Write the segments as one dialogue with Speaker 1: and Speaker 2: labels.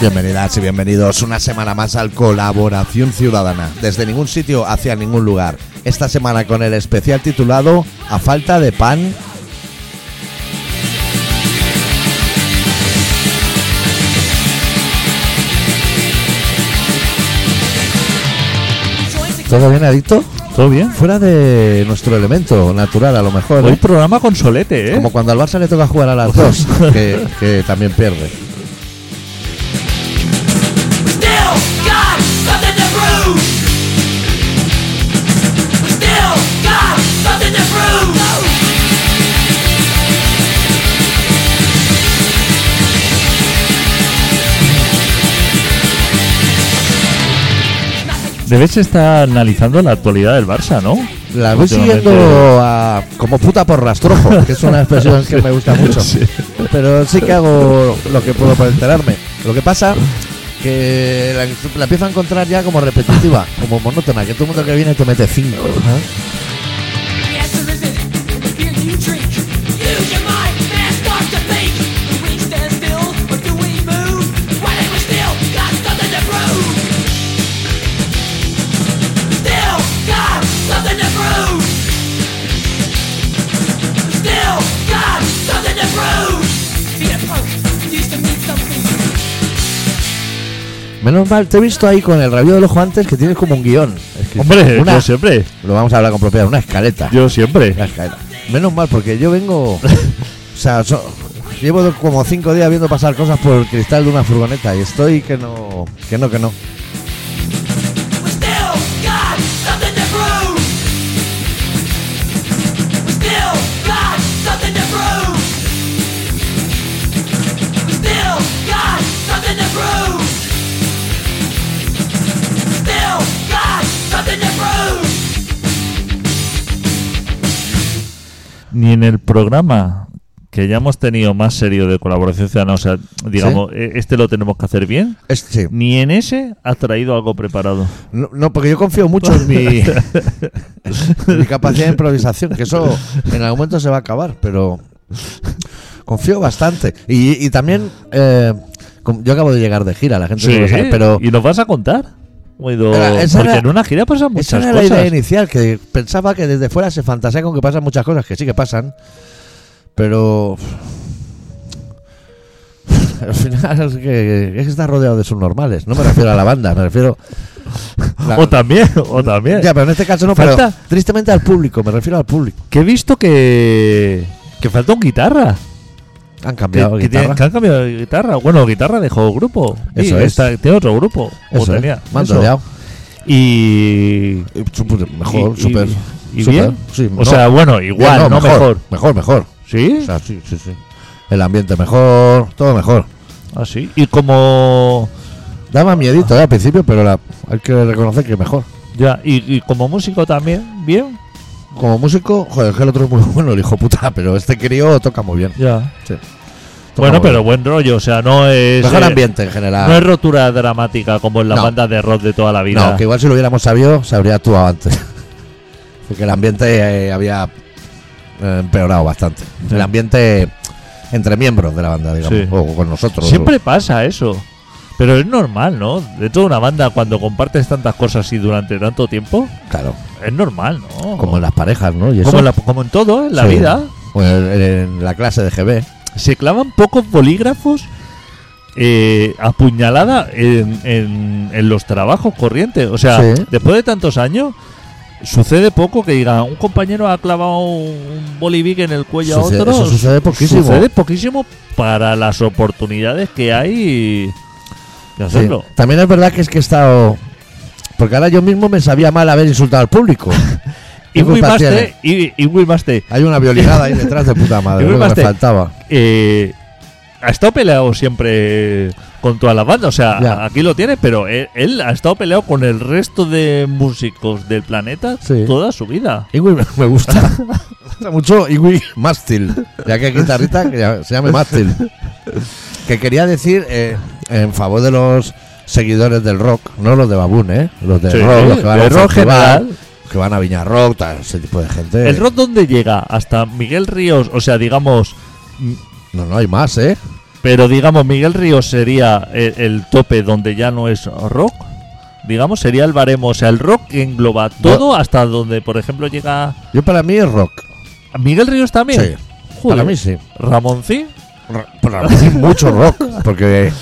Speaker 1: Bienvenidas y bienvenidos una semana más al Colaboración Ciudadana, desde ningún sitio hacia ningún lugar. Esta semana con el especial titulado A falta de pan. ¿Todo bien, Adicto?
Speaker 2: ¿Todo bien?
Speaker 1: Fuera de nuestro elemento natural, a lo mejor.
Speaker 2: Hoy
Speaker 1: ¿eh?
Speaker 2: programa con solete, ¿eh?
Speaker 1: Como cuando al Barça le toca jugar a las dos, que, que también pierde.
Speaker 3: still got something to prove. We still got something to prove.
Speaker 2: Debes estar analizando la actualidad del Barça, ¿no?
Speaker 1: La voy
Speaker 2: Últimamente-
Speaker 1: siguiendo a- como puta por rastrojo, que es una expresión que me gusta mucho.
Speaker 2: Sí.
Speaker 1: Pero sí que hago lo que puedo para enterarme. Lo que pasa que la, la empiezo a encontrar ya como repetitiva, como monótona, que todo el mundo que viene te mete cinco.
Speaker 3: Yes, there is it. The beer you drink. Use your mind and start to think. Do we stand still or do we move? Why do we still got something to prove? We Still got something to prove. We Still got something to prove. Being a punk used to mean something.
Speaker 1: Menos mal, te he visto ahí con el rabillo del ojo antes que tienes como un guión. escrito.
Speaker 2: Hombre,
Speaker 1: Una-
Speaker 2: yo siempre.
Speaker 1: lo vamos a hablar con propiedad, una escaleta.
Speaker 2: Yo siempre.
Speaker 1: Una escaleta. Menos mal, porque yo vengo. o sea, so- llevo do- como cinco días viendo pasar cosas por el cristal de una furgoneta y estoy que no. que no, que no.
Speaker 3: We still got something to prove. We still got something to prove. We still got something to prove. We still got something to prove.
Speaker 2: Ni en el programa que ya hemos tenido más serio de colaboración ciudadana, o sea, digamos, eh, este lo tenemos que hacer bien,
Speaker 1: Es- sí.
Speaker 2: ni en ese ha traído algo preparado.
Speaker 1: No, no, porque yo confío mucho en mi, en mi capacidad de improvisación, que eso en algún momento se va a acabar, pero confío bastante. Y, y también, eh, com- yo acabo de llegar de gira, la gente no lo sabe, pero
Speaker 2: ¿Y nos vas a contar? O ido-
Speaker 1: Era- esa
Speaker 2: Porque
Speaker 1: era-
Speaker 2: en una gira pasan
Speaker 1: esa
Speaker 2: muchas
Speaker 1: era la
Speaker 2: cosas.
Speaker 1: idea inicial, que pensaba que desde fuera se fantasea con que pasan muchas cosas, que sí que pasan, pero... Al final es que, es que está rodeado de subnormales. No me refiero a la banda, me refiero. la-
Speaker 2: O también, o también.
Speaker 1: Ya, pero en este caso no, pero
Speaker 2: Falta-
Speaker 1: tristemente al público, me refiero al público.
Speaker 2: Que he visto que, que falta un guitarra.
Speaker 1: Han
Speaker 2: Que,
Speaker 1: cambiado
Speaker 2: que
Speaker 1: guitarra.
Speaker 2: tiene- que han cambiado de guitarra. Bueno, guitarra dejó grupo. Y
Speaker 1: Eso es.
Speaker 2: está- tiene otro grupo. O
Speaker 1: Eso,
Speaker 2: tenía.
Speaker 1: ¿eh? Me han
Speaker 2: Eso.
Speaker 1: rodeado.
Speaker 2: Y.
Speaker 1: Eh, súper- Mejor,
Speaker 2: y-
Speaker 1: súper.
Speaker 2: ¿Y
Speaker 1: súper,
Speaker 2: bien?
Speaker 1: sí,
Speaker 2: o
Speaker 1: no,
Speaker 2: sea, bueno,
Speaker 1: bien,
Speaker 2: igual, no, mejor.
Speaker 1: Mejor, mejor.
Speaker 2: ¿Sí?
Speaker 1: O sea, sí, sí, sí. El ambiente mejor, todo mejor.
Speaker 2: Ah, sí. Y como.
Speaker 1: Daba miedito eh, al principio, pero la- hay que reconocer que mejor.
Speaker 2: Ya, y, y como músico también, bien.
Speaker 1: Como músico, joder, que el otro es muy bueno, el hijo puta, pero este crío toca muy bien.
Speaker 2: Ya.
Speaker 1: Toca
Speaker 2: Bueno,
Speaker 1: muy
Speaker 2: pero buen rollo. O sea, no es.
Speaker 1: bien. Mejor
Speaker 2: eh,
Speaker 1: ambiente en general.
Speaker 2: No es rotura dramática como en las
Speaker 1: No.
Speaker 2: bandas de rock de toda la vida.
Speaker 1: No, que igual si lo hubiéramos sabido, se habría actuado antes. Porque el ambiente eh, había eh, empeorado bastante. El ambiente entre miembros de la banda, digamos.
Speaker 2: Sí.
Speaker 1: O con nosotros.
Speaker 2: Siempre pasa eso. Pero es normal, ¿no? De toda una banda, cuando compartes tantas cosas así durante tanto tiempo,
Speaker 1: Claro.
Speaker 2: es normal, ¿no?
Speaker 1: Como en las parejas, ¿no? Y eso.
Speaker 2: como, en la- como en todo, en la
Speaker 1: Sí.
Speaker 2: vida.
Speaker 1: O en, en la clase de GB.
Speaker 2: se clavan pocos bolígrafos eh, a puñalada en, en- en los trabajos corrientes. O sea,
Speaker 1: Sí.
Speaker 2: después de tantos años, sucede poco que digan, un compañero ha clavado un bolivic en el cuello
Speaker 1: Sucede-
Speaker 2: a otro.
Speaker 1: eso sucede poquísimo.
Speaker 2: Sucede poquísimo para las oportunidades que hay de
Speaker 1: Sí.
Speaker 2: hacerlo.
Speaker 1: También es verdad que es que he estado. Porque ahora yo mismo me sabía mal haber insultado al público.
Speaker 2: Y
Speaker 1: ¿Qué culpa
Speaker 2: Willmaster, y, y Willmaster,
Speaker 1: Hay una violinada ahí detrás de puta madre,
Speaker 2: Yo me
Speaker 1: lo que me
Speaker 2: pasé.
Speaker 1: faltaba.
Speaker 2: eh, ha estado peleado siempre con todas las bandas. O sea,
Speaker 1: Ya.
Speaker 2: aquí lo tienes, pero él, él ha estado peleado con el resto de músicos del planeta
Speaker 1: Sí.
Speaker 2: toda su vida.
Speaker 1: Igui me me gusta. Me gusta mucho Igui Mástil. Ya que hay guitarrista que ya- se llame Mástil. Que quería decir, eh, en favor de los seguidores del rock, no los de Babún, ¿eh? Los de
Speaker 2: Sí,
Speaker 1: rock, los que van
Speaker 2: de
Speaker 1: al
Speaker 2: rock
Speaker 1: festival,
Speaker 2: general.
Speaker 1: que van a Viña Rock, tal, ese tipo de gente.
Speaker 2: ¿El rock dónde llega? Hasta Miguel Ríos, o sea, digamos, m-
Speaker 1: No, no hay más, ¿eh?
Speaker 2: pero digamos, Miguel Ríos sería el, el tope donde ya no es rock. Digamos, sería el baremo. O sea, el rock que engloba todo hasta donde, por ejemplo, llega.
Speaker 1: Yo para mí es rock.
Speaker 2: ¿Miguel Ríos también?
Speaker 1: Sí.
Speaker 2: Joder.
Speaker 1: Para mí sí.
Speaker 2: ¿Ramoncín?
Speaker 1: Ra- pues Para mí mucho rock, porque... eh,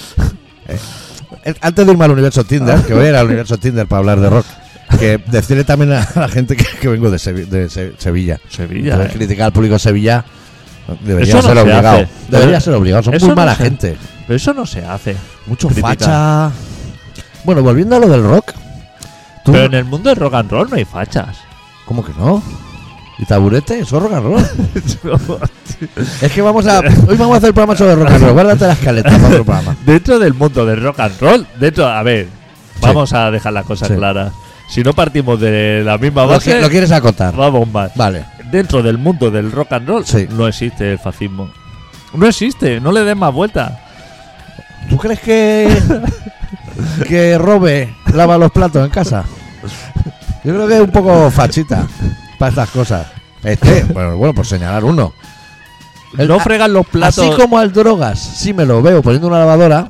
Speaker 1: eh, antes de irme al universo
Speaker 2: Ah.
Speaker 1: Tinder, que voy a ir al universo Tinder para hablar de rock, que decirle también a la gente que, que vengo de, Sevi- de Se- Sevilla.
Speaker 2: Sevilla.
Speaker 1: Entonces,
Speaker 2: eh.
Speaker 1: criticar al público de Sevilla debería
Speaker 2: Eso no
Speaker 1: ser
Speaker 2: se
Speaker 1: obligado.
Speaker 2: hace.
Speaker 1: Debería
Speaker 2: Eso-
Speaker 1: ser obligado. Son
Speaker 2: eso
Speaker 1: muy
Speaker 2: no
Speaker 1: mala
Speaker 2: se-
Speaker 1: gente.
Speaker 2: Pero eso no se hace.
Speaker 1: Mucho
Speaker 2: criticar.
Speaker 1: facha. Bueno, volviendo a lo del rock. ¿tú,
Speaker 2: Pero en el mundo del rock and roll no hay fachas.
Speaker 1: ¿Cómo que no? ¿Y taburete? Eso es rock and roll. es que vamos a. Hoy vamos a hacer el programa sobre rock and roll. Guárdate las caletas para otro programa.
Speaker 2: dentro del mundo del rock and roll, dentro, a ver, vamos a dejar las cosas
Speaker 1: Sí.
Speaker 2: claras. Si no partimos de la misma
Speaker 1: Lo,
Speaker 2: base,
Speaker 1: que- lo quieres acotar.
Speaker 2: vamos mal.
Speaker 1: Vale.
Speaker 2: Dentro del mundo del rock and roll
Speaker 1: Sí.
Speaker 2: no existe el fascismo. No existe, no le des más vuelta.
Speaker 1: ¿Tú crees que. que Robe lava los platos en casa? Yo creo que es un poco fachita para estas cosas. Este, bueno, bueno, por señalar uno. El-
Speaker 2: no
Speaker 1: a-
Speaker 2: fregan los platos.
Speaker 1: Así como al drogas, sí me lo veo poniendo una lavadora.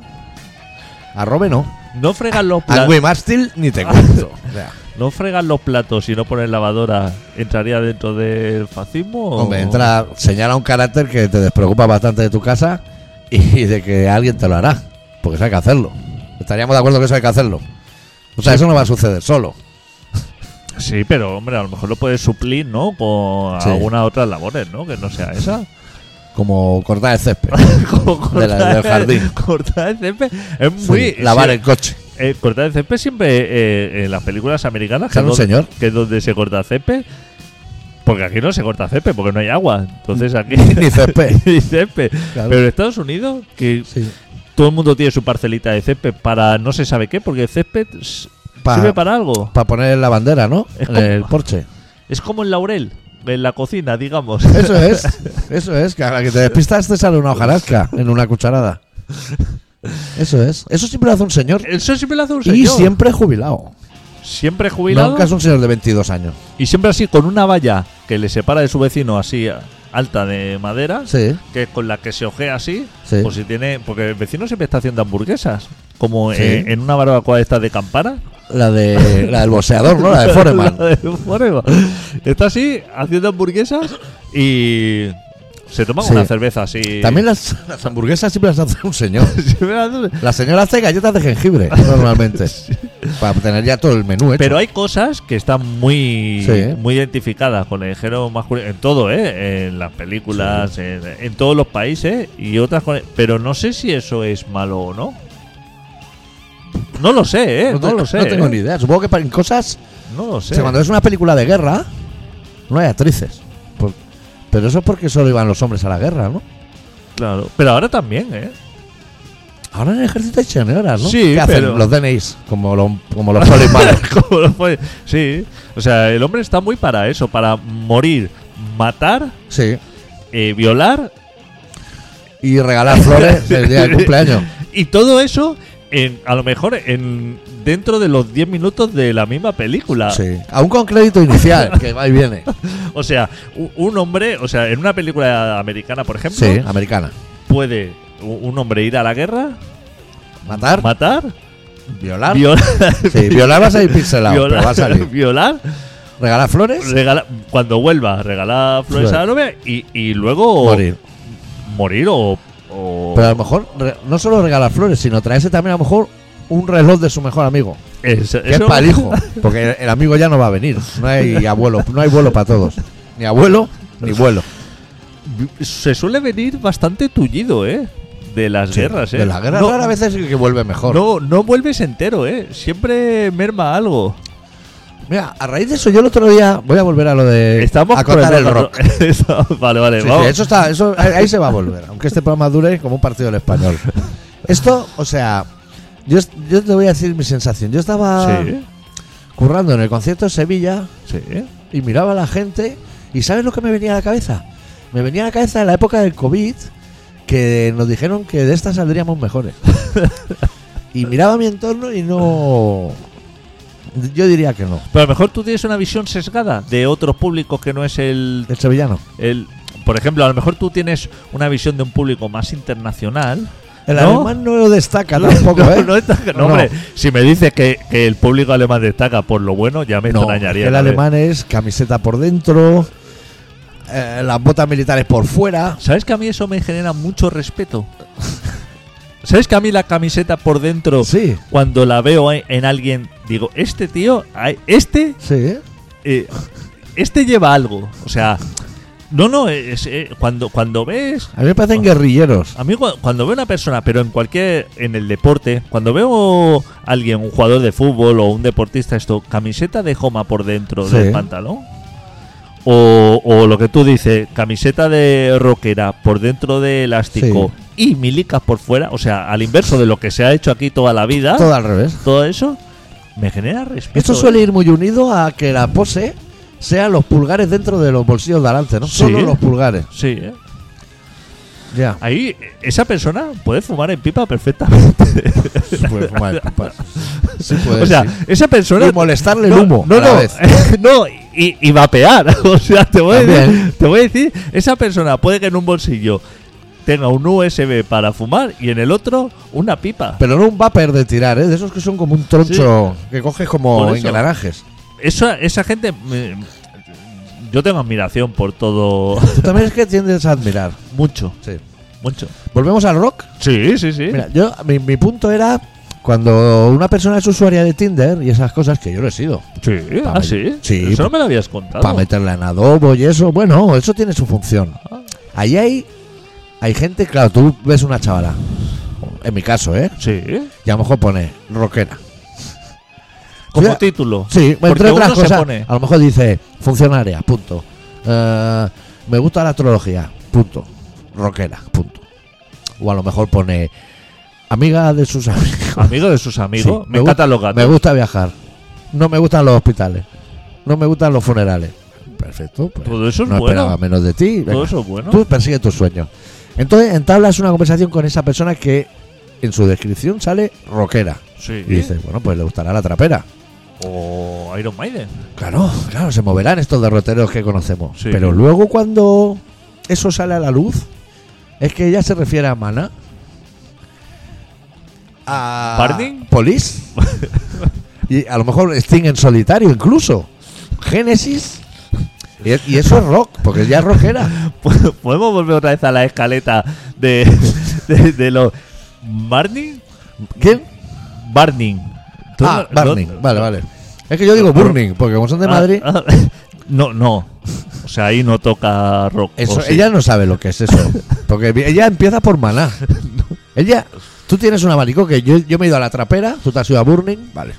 Speaker 1: A Robe no.
Speaker 2: No fregan los
Speaker 1: A
Speaker 2: platos.
Speaker 1: Mástil ni te cuento. O sea,
Speaker 2: No fregan los platos si no pones lavadora. ¿Entraría dentro del fascismo? o-
Speaker 1: hombre, entra, señala un carácter que te despreocupa bastante de tu casa y de que alguien te lo hará. Porque eso hay que hacerlo. Estaríamos de acuerdo que eso hay que hacerlo. O sea, eso no va a suceder solo.
Speaker 2: Sí, pero hombre, a lo mejor lo puedes suplir, ¿no? Con
Speaker 1: Sí.
Speaker 2: algunas otras labores, ¿no? Que no sea esa.
Speaker 1: Como cortar el césped.
Speaker 2: Como
Speaker 1: De la- del jardín.
Speaker 2: Cortar el césped es muy.
Speaker 1: lavar
Speaker 2: sí,
Speaker 1: el coche.
Speaker 2: eh, cortar el césped siempre eh, en las películas americanas.
Speaker 1: Sale un
Speaker 2: don-
Speaker 1: señor.
Speaker 2: que es donde se corta césped. Porque aquí no se corta césped, porque no hay agua. Entonces aquí.
Speaker 1: Ni césped.
Speaker 2: ni césped.
Speaker 1: Claro.
Speaker 2: Pero en Estados Unidos, que todo el mundo tiene su parcelita de césped para no se sabe qué, porque el césped s-
Speaker 1: Pa-
Speaker 2: sirve para algo.
Speaker 1: Para poner la bandera, ¿no?
Speaker 2: Es
Speaker 1: en
Speaker 2: como-
Speaker 1: el porche.
Speaker 2: Es como el laurel, en la cocina, digamos.
Speaker 1: Eso es. Eso es. Que a la que te despistas te sale una hojarasca en una cucharada. Eso es. Eso siempre lo hace un señor.
Speaker 2: Eso siempre lo hace un
Speaker 1: Y
Speaker 2: señor.
Speaker 1: siempre jubilado.
Speaker 2: Siempre jubilado.
Speaker 1: Nunca es un señor de 22 años.
Speaker 2: Y siempre así, con una valla que le separa de su vecino así, a- alta de madera,
Speaker 1: Sí.
Speaker 2: que es con la que se ojea así,
Speaker 1: Sí.
Speaker 2: por si tiene... Porque el vecino siempre está haciendo hamburguesas, como
Speaker 1: Sí.
Speaker 2: eh, en una barbacoa esta de campana.
Speaker 1: La, de, la del boxeador, ¿no? La de Foreman.
Speaker 2: La de Foreman. Está así, haciendo hamburguesas y se toma
Speaker 1: Sí.
Speaker 2: una cerveza así.
Speaker 1: También las, las hamburguesas siempre las hace un señor.
Speaker 2: Siempre hace-
Speaker 1: La señora hace galletas de jengibre, normalmente. Para tener ya todo el menú hecho.
Speaker 2: Pero hay cosas que están muy,
Speaker 1: Sí.
Speaker 2: muy identificadas con el género masculino, en todo, ¿eh? en las películas, en, en todos los países ¿eh? y otras con- Pero no sé si eso es malo o no. No lo sé, ¿eh? no,
Speaker 1: te-
Speaker 2: lo sé.
Speaker 1: No tengo
Speaker 2: ¿eh?
Speaker 1: ni idea. Supongo que para, en cosas
Speaker 2: No lo sé.
Speaker 1: O sea, cuando es una película de guerra, no hay actrices. Por- pero eso es porque solo iban los hombres a la guerra, ¿no?
Speaker 2: Claro. Pero ahora también, ¿eh?
Speaker 1: Ahora en el ejército hay señoras, ¿no?
Speaker 2: Sí,
Speaker 1: ¿Qué
Speaker 2: pero-
Speaker 1: hacen los DNIs? Como, lo- como los polimanes.
Speaker 2: Como lo puede- Sí. O sea, el hombre está muy para eso, para morir, matar,
Speaker 1: sí.
Speaker 2: eh, violar
Speaker 1: Y regalar flores el día del cumpleaños.
Speaker 2: Y todo eso, en, a lo mejor en dentro de los 10 minutos de la misma película.
Speaker 1: Sí. Aún con crédito inicial, que va y viene.
Speaker 2: O sea, u- un hombre, o sea, en una película americana, por ejemplo,
Speaker 1: Sí, americana.
Speaker 2: puede u- un hombre ir a la guerra,
Speaker 1: Matar,
Speaker 2: matar,
Speaker 1: violar.
Speaker 2: violar,
Speaker 1: sí, violar va a salir pixelado, pero va a salir.
Speaker 2: violar,
Speaker 1: Regalar flores,
Speaker 2: regala- cuando vuelva, regalar flores a la novia y, y luego
Speaker 1: morir.
Speaker 2: morir o, o-
Speaker 1: Pero a lo mejor re- no solo regalar flores, sino traerse también a lo mejor un reloj de su mejor amigo.
Speaker 2: Es-
Speaker 1: Que es
Speaker 2: eso-
Speaker 1: para el hijo, porque el- el amigo ya no va a venir. No hay abuelo, no hay vuelo para todos. Ni abuelo, ni vuelo.
Speaker 2: se suele venir bastante tullido, ¿eh? De las guerras, ¿eh?
Speaker 1: De la guerra
Speaker 2: No-
Speaker 1: rara vez es el que vuelve mejor.
Speaker 2: No, no vuelves entero, ¿eh? Siempre merma algo.
Speaker 1: Mira, a raíz de eso, yo el otro día voy a volver a lo de
Speaker 2: Estamos
Speaker 1: acotar el
Speaker 2: probando-
Speaker 1: rock.
Speaker 2: Eso- vale, vale,
Speaker 1: Sí, sí,
Speaker 2: vamos.
Speaker 1: eso está, eso, ahí ahí se va a volver, aunque este programa dure como un partido del español. Esto, o sea, yo, es- yo te voy a decir mi sensación. Yo estaba
Speaker 2: Sí,
Speaker 1: currando en el concierto de Sevilla
Speaker 2: sí.
Speaker 1: y miraba a la gente y ¿sabes lo que me venía a la cabeza? Me venía a la cabeza en la época del COVID que nos dijeron que de esta saldríamos mejores. y miraba mi entorno y no... Yo diría que no.
Speaker 2: Pero a lo mejor tú tienes una visión sesgada de otros públicos que no es el,
Speaker 1: El sevillano.
Speaker 2: el- Por ejemplo, a lo mejor tú tienes una visión de un público más internacional.
Speaker 1: El
Speaker 2: ¿no?
Speaker 1: alemán no lo destaca tampoco,
Speaker 2: no,
Speaker 1: ¿eh?
Speaker 2: no destaca- no,
Speaker 1: No.
Speaker 2: hombre, si me dices que, que el público alemán destaca por lo bueno, ya me
Speaker 1: No,
Speaker 2: extrañaría.
Speaker 1: el
Speaker 2: la vez.
Speaker 1: alemán es camiseta por dentro, eh, las botas militares por fuera.
Speaker 2: ¿Sabes que a mí eso me genera mucho respeto? ¿Sabes que a mí la camiseta por dentro,
Speaker 1: Sí,
Speaker 2: cuando la veo en- en alguien, digo, este tío, ay, este
Speaker 1: sí. ¿eh?
Speaker 2: eh, este lleva algo. O sea, no, no, es, eh, cuando, cuando ves.
Speaker 1: A mí me parecen guerrilleros.
Speaker 2: A mí cua- cuando veo una persona, pero en cualquier. en el deporte, cuando veo a alguien, un jugador de fútbol o un deportista, esto, camiseta de joma por dentro
Speaker 1: Sí.
Speaker 2: del pantalón. O, o lo que tú dices, camiseta de rockera por dentro de elástico y milicas por fuera, o sea, al inverso de lo que se ha hecho aquí toda la vida,
Speaker 1: Todo al revés.
Speaker 2: todo eso, me genera respeto.
Speaker 1: Esto
Speaker 2: ¿eh?
Speaker 1: suele ir muy unido a que la pose sean los pulgares dentro de los bolsillos de adelante, no
Speaker 2: Sí.
Speaker 1: solo los pulgares.
Speaker 2: Sí, ¿eh?
Speaker 1: Ya.
Speaker 2: Ahí, esa persona puede fumar en pipa perfectamente.
Speaker 1: Puede fumar, pa- sí puede,
Speaker 2: o sea,
Speaker 1: sí.
Speaker 2: esa persona.
Speaker 1: Y molestarle el humo
Speaker 2: No,
Speaker 1: a la
Speaker 2: no,
Speaker 1: vez.
Speaker 2: no, y, y vapear. O sea, te voy, a decir,
Speaker 1: También.
Speaker 2: te voy a decir, esa persona puede que en un bolsillo tenga un USB para fumar y en el otro una pipa.
Speaker 1: Pero no un vapor de tirar, ¿eh? de esos que son como un troncho que coges
Speaker 2: Por
Speaker 1: como
Speaker 2: eso.
Speaker 1: engranajes.
Speaker 2: Esa, esa gente. me- yo tengo admiración por todo.
Speaker 1: Tú también es que tiendes a admirar.
Speaker 2: Mucho,
Speaker 1: Sí.
Speaker 2: mucho.
Speaker 1: Volvemos al rock.
Speaker 2: Sí, sí, sí.
Speaker 1: Mira, yo, mi, mi punto era cuando una persona es usuaria de Tinder y esas cosas que yo lo he sido,
Speaker 2: sí,
Speaker 1: Pa'
Speaker 2: ah,
Speaker 1: me-
Speaker 2: sí.
Speaker 1: sí,
Speaker 2: Eso
Speaker 1: pa-
Speaker 2: no me lo habías contado.
Speaker 1: para meterla en adobo y eso, bueno, eso tiene su función.
Speaker 2: Ah,
Speaker 1: Ahí hay, hay gente, claro, tú ves una chavala, en mi caso, ¿eh?
Speaker 2: sí.
Speaker 1: Y a lo mejor pone rockera.
Speaker 2: Como
Speaker 1: Fíjate-
Speaker 2: título.
Speaker 1: Sí,
Speaker 2: Porque
Speaker 1: entre otras
Speaker 2: uno se
Speaker 1: cosas,
Speaker 2: pone-
Speaker 1: a lo mejor dice funcionaria, punto. Eh, me gusta la astrología, punto. Rockera, punto. O a lo mejor pone amiga de sus amigos.
Speaker 2: Amigo de sus amigos.
Speaker 1: Sí,
Speaker 2: me
Speaker 1: gu-
Speaker 2: encantan los
Speaker 1: Me
Speaker 2: gatos.
Speaker 1: gusta viajar. No me gustan los hospitales. No me gustan los funerales. Perfecto. pues,
Speaker 2: Todo eso es
Speaker 1: no
Speaker 2: bueno.
Speaker 1: esperaba menos de ti.
Speaker 2: Todo
Speaker 1: venga,
Speaker 2: eso es bueno.
Speaker 1: Tú persigue tus sueños. Entonces entablas una conversación con esa persona que en su descripción sale rockera.
Speaker 2: Sí.
Speaker 1: Y dices, bueno, pues le gustará la trapera.
Speaker 2: O Iron Maiden.
Speaker 1: Claro, claro, se moverán estos derroteros que conocemos.
Speaker 2: Sí.
Speaker 1: Pero luego cuando eso sale a la luz, es que ella se refiere a Mana. A
Speaker 2: ¿Pardin?
Speaker 1: Police. y a lo mejor Sting en solitario incluso. Génesis. Y, y eso es rock, porque ya es rockera.
Speaker 2: Po- Podemos volver otra vez a la escaleta de, de, de los. ¿Barning?
Speaker 1: ¿Quién?
Speaker 2: Barning. Tú
Speaker 1: Ah,
Speaker 2: no-
Speaker 1: Burning.
Speaker 2: no-
Speaker 1: vale, vale. Es que yo digo Burning, porque como son de
Speaker 2: Ah,
Speaker 1: Madrid,
Speaker 2: ah, no, no. O sea, ahí no toca rock.
Speaker 1: eso,
Speaker 2: o sí.
Speaker 1: ella no sabe lo que es eso. Porque ella empieza por Maná. Ella, tú tienes un abanico que yo, yo me he ido a la trapera, tú te has ido a Burning, vale.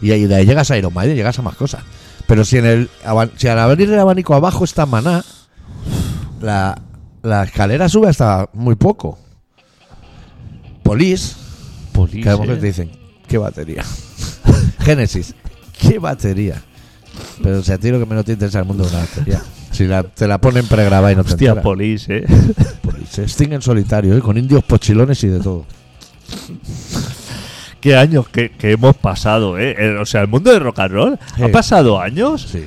Speaker 1: Y ahí de ahí llegas a Iron Maiden, llegas a más cosas. Pero si en el aban- si al abrir el abanico abajo está Maná, la, la escalera sube hasta muy poco. Police,
Speaker 2: Police,
Speaker 1: que a lo mejor
Speaker 2: eh.
Speaker 1: te dicen, qué batería. Génesis, qué batería. Pero si a ti lo que menos te interesa en el mundo es una batería. Si la- te la ponen pregrabada y no te
Speaker 2: Hostia,
Speaker 1: enteras.
Speaker 2: Police, eh.
Speaker 1: Police. Sting en solitario, ¿eh? con indios pochilones y de todo.
Speaker 2: Qué años que, que hemos pasado, eh. El- O sea, el mundo del rock and roll
Speaker 1: Sí.
Speaker 2: ha pasado años.
Speaker 1: Sí.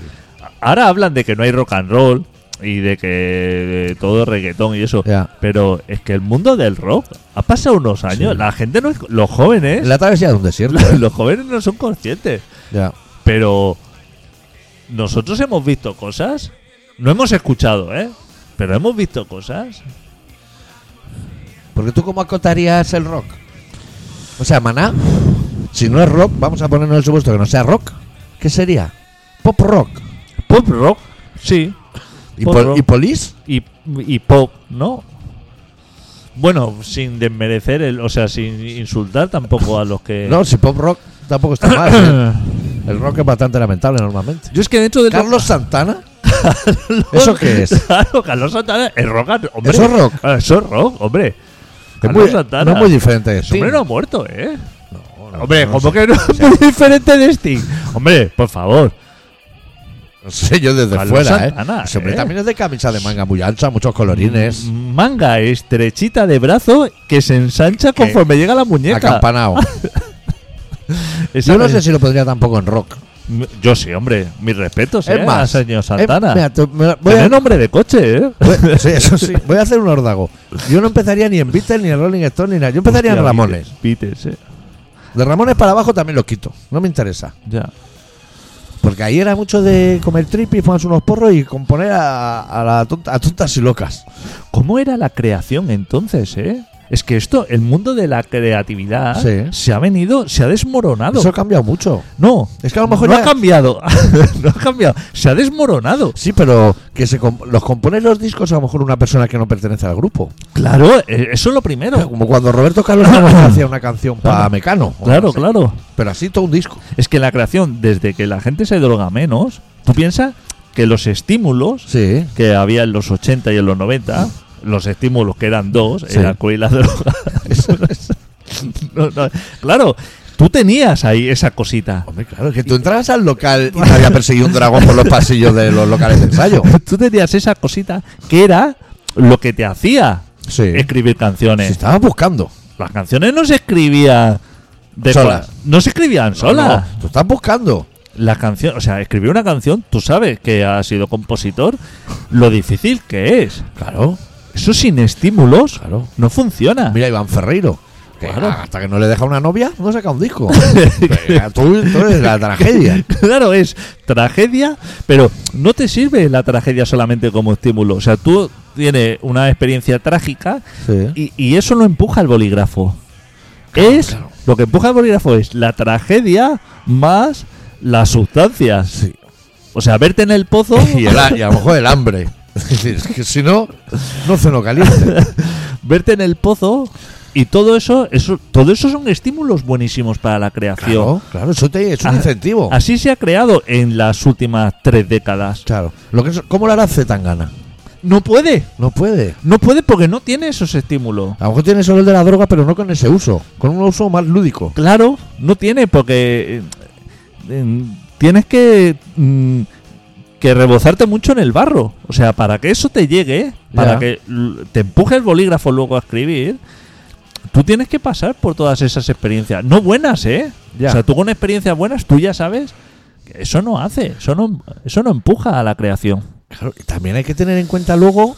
Speaker 2: Ahora hablan de que no hay rock and roll y de que eh, todo es reggaetón y eso.
Speaker 1: Ya.
Speaker 2: Pero es que el mundo del rock ha pasado unos años.
Speaker 1: Sí.
Speaker 2: La gente no es- los jóvenes,
Speaker 1: La travesía de un desierto. ¿eh?
Speaker 2: los jóvenes no son conscientes.
Speaker 1: Ya.
Speaker 2: Pero nosotros hemos visto cosas, no hemos escuchado, ¿eh? Pero hemos visto cosas.
Speaker 1: Porque tú cómo acotarías el rock. O sea, maná, si no es rock, vamos a ponernos el supuesto que no sea rock. ¿Qué sería? Pop rock.
Speaker 2: Pop rock, sí.
Speaker 1: ¿Y,
Speaker 2: Pop
Speaker 1: pol-
Speaker 2: rock.
Speaker 1: y polis?
Speaker 2: Y, y pop, ¿no? Bueno, sin desmerecer, el, o sea, sin insultar tampoco a los que...
Speaker 1: No, si pop rock tampoco está mal. ¿eh? El rock es bastante lamentable normalmente.
Speaker 2: Yo es que dentro de
Speaker 1: ¿Carlos Santana? ¿Eso qué es?
Speaker 2: Claro, Carlos Santana es rock, and- hombre.
Speaker 1: Eso es rock.
Speaker 2: Ah, Eso es rock, hombre.
Speaker 1: Es
Speaker 2: Carlos
Speaker 1: muy,
Speaker 2: Santana.
Speaker 1: no es muy diferente de
Speaker 2: Ese hombre
Speaker 1: Sting.
Speaker 2: no ha muerto, ¿eh?
Speaker 1: No, no,
Speaker 2: Hombre,
Speaker 1: no
Speaker 2: como
Speaker 1: sé.
Speaker 2: que no es muy diferente de Sting. Hombre, por favor.
Speaker 1: No sé yo desde
Speaker 2: Carlos
Speaker 1: fuera,
Speaker 2: Santana,
Speaker 1: ¿eh? Ese hombre
Speaker 2: ¿eh? Mm,
Speaker 1: también es de camisa de manga muy ancha, muchos colorines. mm,
Speaker 2: Manga estrechita de brazo que se ensancha
Speaker 1: Que-
Speaker 2: conforme llega la muñeca.
Speaker 1: Acampanado.
Speaker 2: Esa
Speaker 1: Yo no
Speaker 2: es-
Speaker 1: sé si lo pondría tampoco en rock.
Speaker 2: M- Yo sí, hombre. Mis respetos,
Speaker 1: Es
Speaker 2: ¿eh?
Speaker 1: más,
Speaker 2: a señor Santana.
Speaker 1: Eh, mira, te- me- voy,
Speaker 2: Tiene
Speaker 1: a,
Speaker 2: nombre de coche, ¿eh?
Speaker 1: voy- sí, eso sí. Voy a hacer un órdago. Yo no empezaría ni en Beatles, ni en Rolling Stone, ni nada. Yo empezaría en
Speaker 2: Hostia,
Speaker 1: Ramones.
Speaker 2: Beatles, Beatles, ¿eh?
Speaker 1: De Ramones para abajo también lo quito. No me interesa.
Speaker 2: Ya.
Speaker 1: Porque ahí era mucho de comer tripi, fumarse unos porros y componer a, a la tonta- a tontas y locas.
Speaker 2: ¿Cómo era la creación entonces, eh? Es que esto, el mundo de la creatividad
Speaker 1: Sí.
Speaker 2: se ha venido, se ha desmoronado.
Speaker 1: Eso ha cambiado mucho.
Speaker 2: no,
Speaker 1: Es que a lo mejor
Speaker 2: no
Speaker 1: ya-
Speaker 2: ha cambiado. no ha cambiado. Se ha desmoronado.
Speaker 1: Sí, pero que se comp- los compone los discos a lo mejor una persona que no pertenece al grupo.
Speaker 2: Claro, eh, eso es lo
Speaker 1: Claro,
Speaker 2: primero.
Speaker 1: Como cuando Roberto Carlos Ramos hacía una canción para
Speaker 2: Claro.
Speaker 1: Mecano. o
Speaker 2: Claro,
Speaker 1: no sé.
Speaker 2: claro.
Speaker 1: Pero así todo un disco.
Speaker 2: Es que la creación, desde que la gente se droga menos, tú piensas que los estímulos
Speaker 1: Sí.
Speaker 2: que había en los 80 y en los 90, los estímulos que eran dos,
Speaker 1: Sí.
Speaker 2: el alcohol y la droga. No, no. Claro, tú tenías ahí esa cosita.
Speaker 1: Hombre, claro, que tú entrabas al local y te había perseguido un dragón por los pasillos de los locales de ensayo.
Speaker 2: Tú tenías esa cosita que era lo que te hacía
Speaker 1: Sí.
Speaker 2: escribir
Speaker 1: Si
Speaker 2: canciones.
Speaker 1: estabas buscando.
Speaker 2: Las canciones no se escribían de
Speaker 1: Solas.
Speaker 2: cua- No se escribían solas.
Speaker 1: No, tú estás buscando.
Speaker 2: Las canciones, o sea, escribir una canción, tú sabes que has sido compositor, lo difícil que es.
Speaker 1: Claro.
Speaker 2: Eso sin estímulos
Speaker 1: Claro.
Speaker 2: no funciona.
Speaker 1: Mira, Iván Ferreiro. que
Speaker 2: Claro.
Speaker 1: Hasta que no le deja una novia, no saca un disco. Pero tú, tú eres la tragedia.
Speaker 2: Claro, es tragedia, pero no te sirve la tragedia solamente como estímulo. O sea, tú tienes una experiencia trágica
Speaker 1: Sí.
Speaker 2: y, y eso no empuja el bolígrafo. es
Speaker 1: claro.
Speaker 2: lo que empuja el bolígrafo es la tragedia más las sustancias. O sea, verte en el pozo
Speaker 1: Y, el ha- y a lo mejor el hambre. Es que si no, no se lo caliente.
Speaker 2: verte en el pozo y todo eso, eso todo eso son estímulos buenísimos para la creación.
Speaker 1: Claro, claro, eso te- es un
Speaker 2: Ah,
Speaker 1: incentivo.
Speaker 2: Así se ha creado en las últimas tres décadas.
Speaker 1: Claro. Lo que es- ¿Cómo lo hará Zetangana?
Speaker 2: No puede,
Speaker 1: No puede.
Speaker 2: no puede porque no tiene esos estímulos.
Speaker 1: A lo mejor tiene solo el de la droga, pero no con ese uso. Con un uso más lúdico.
Speaker 2: Claro, no tiene porque eh, eh, tienes que mm, que rebozarte mucho en el barro. O sea, para que eso te llegue, para
Speaker 1: Ya.
Speaker 2: que l- te empuje el bolígrafo luego a escribir, tú tienes que pasar por todas esas experiencias. No buenas, ¿eh?
Speaker 1: Ya.
Speaker 2: O sea, tú con experiencias buenas, tú ya sabes que eso no hace, eso no, eso no empuja a la creación.
Speaker 1: Claro, y también hay que tener en cuenta luego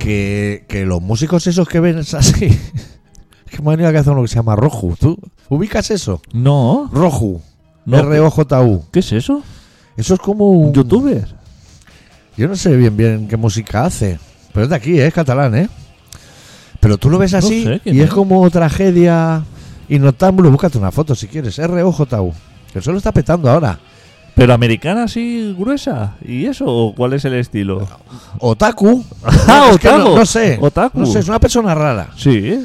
Speaker 1: que, que los músicos esos que ven es así. Es que me ha venido a la cabeza uno que se llama Roju. ¿Tú ubicas eso?
Speaker 2: No,
Speaker 1: Roju.
Speaker 2: no.
Speaker 1: R-O-J-U.
Speaker 2: ¿Qué es eso?
Speaker 1: Eso es como un.
Speaker 2: ¿Un youtuber?
Speaker 1: Yo no sé bien bien qué música hace. Pero es de aquí, ¿eh? es catalán, ¿eh? Pero tú lo ves
Speaker 2: No
Speaker 1: así
Speaker 2: sé quién
Speaker 1: y es
Speaker 2: es.
Speaker 1: como tragedia y noctámbulo. Búscate una foto si quieres. R-O-J-U. Que el suelo está petando ahora.
Speaker 2: ¿Pero americana así gruesa? ¿Y eso? ¿O cuál es el estilo?
Speaker 1: Otaku.
Speaker 2: Ah,
Speaker 1: Es que no-
Speaker 2: otaku.
Speaker 1: No, sé.
Speaker 2: Otaku.
Speaker 1: No sé, es una persona rara.
Speaker 2: Sí.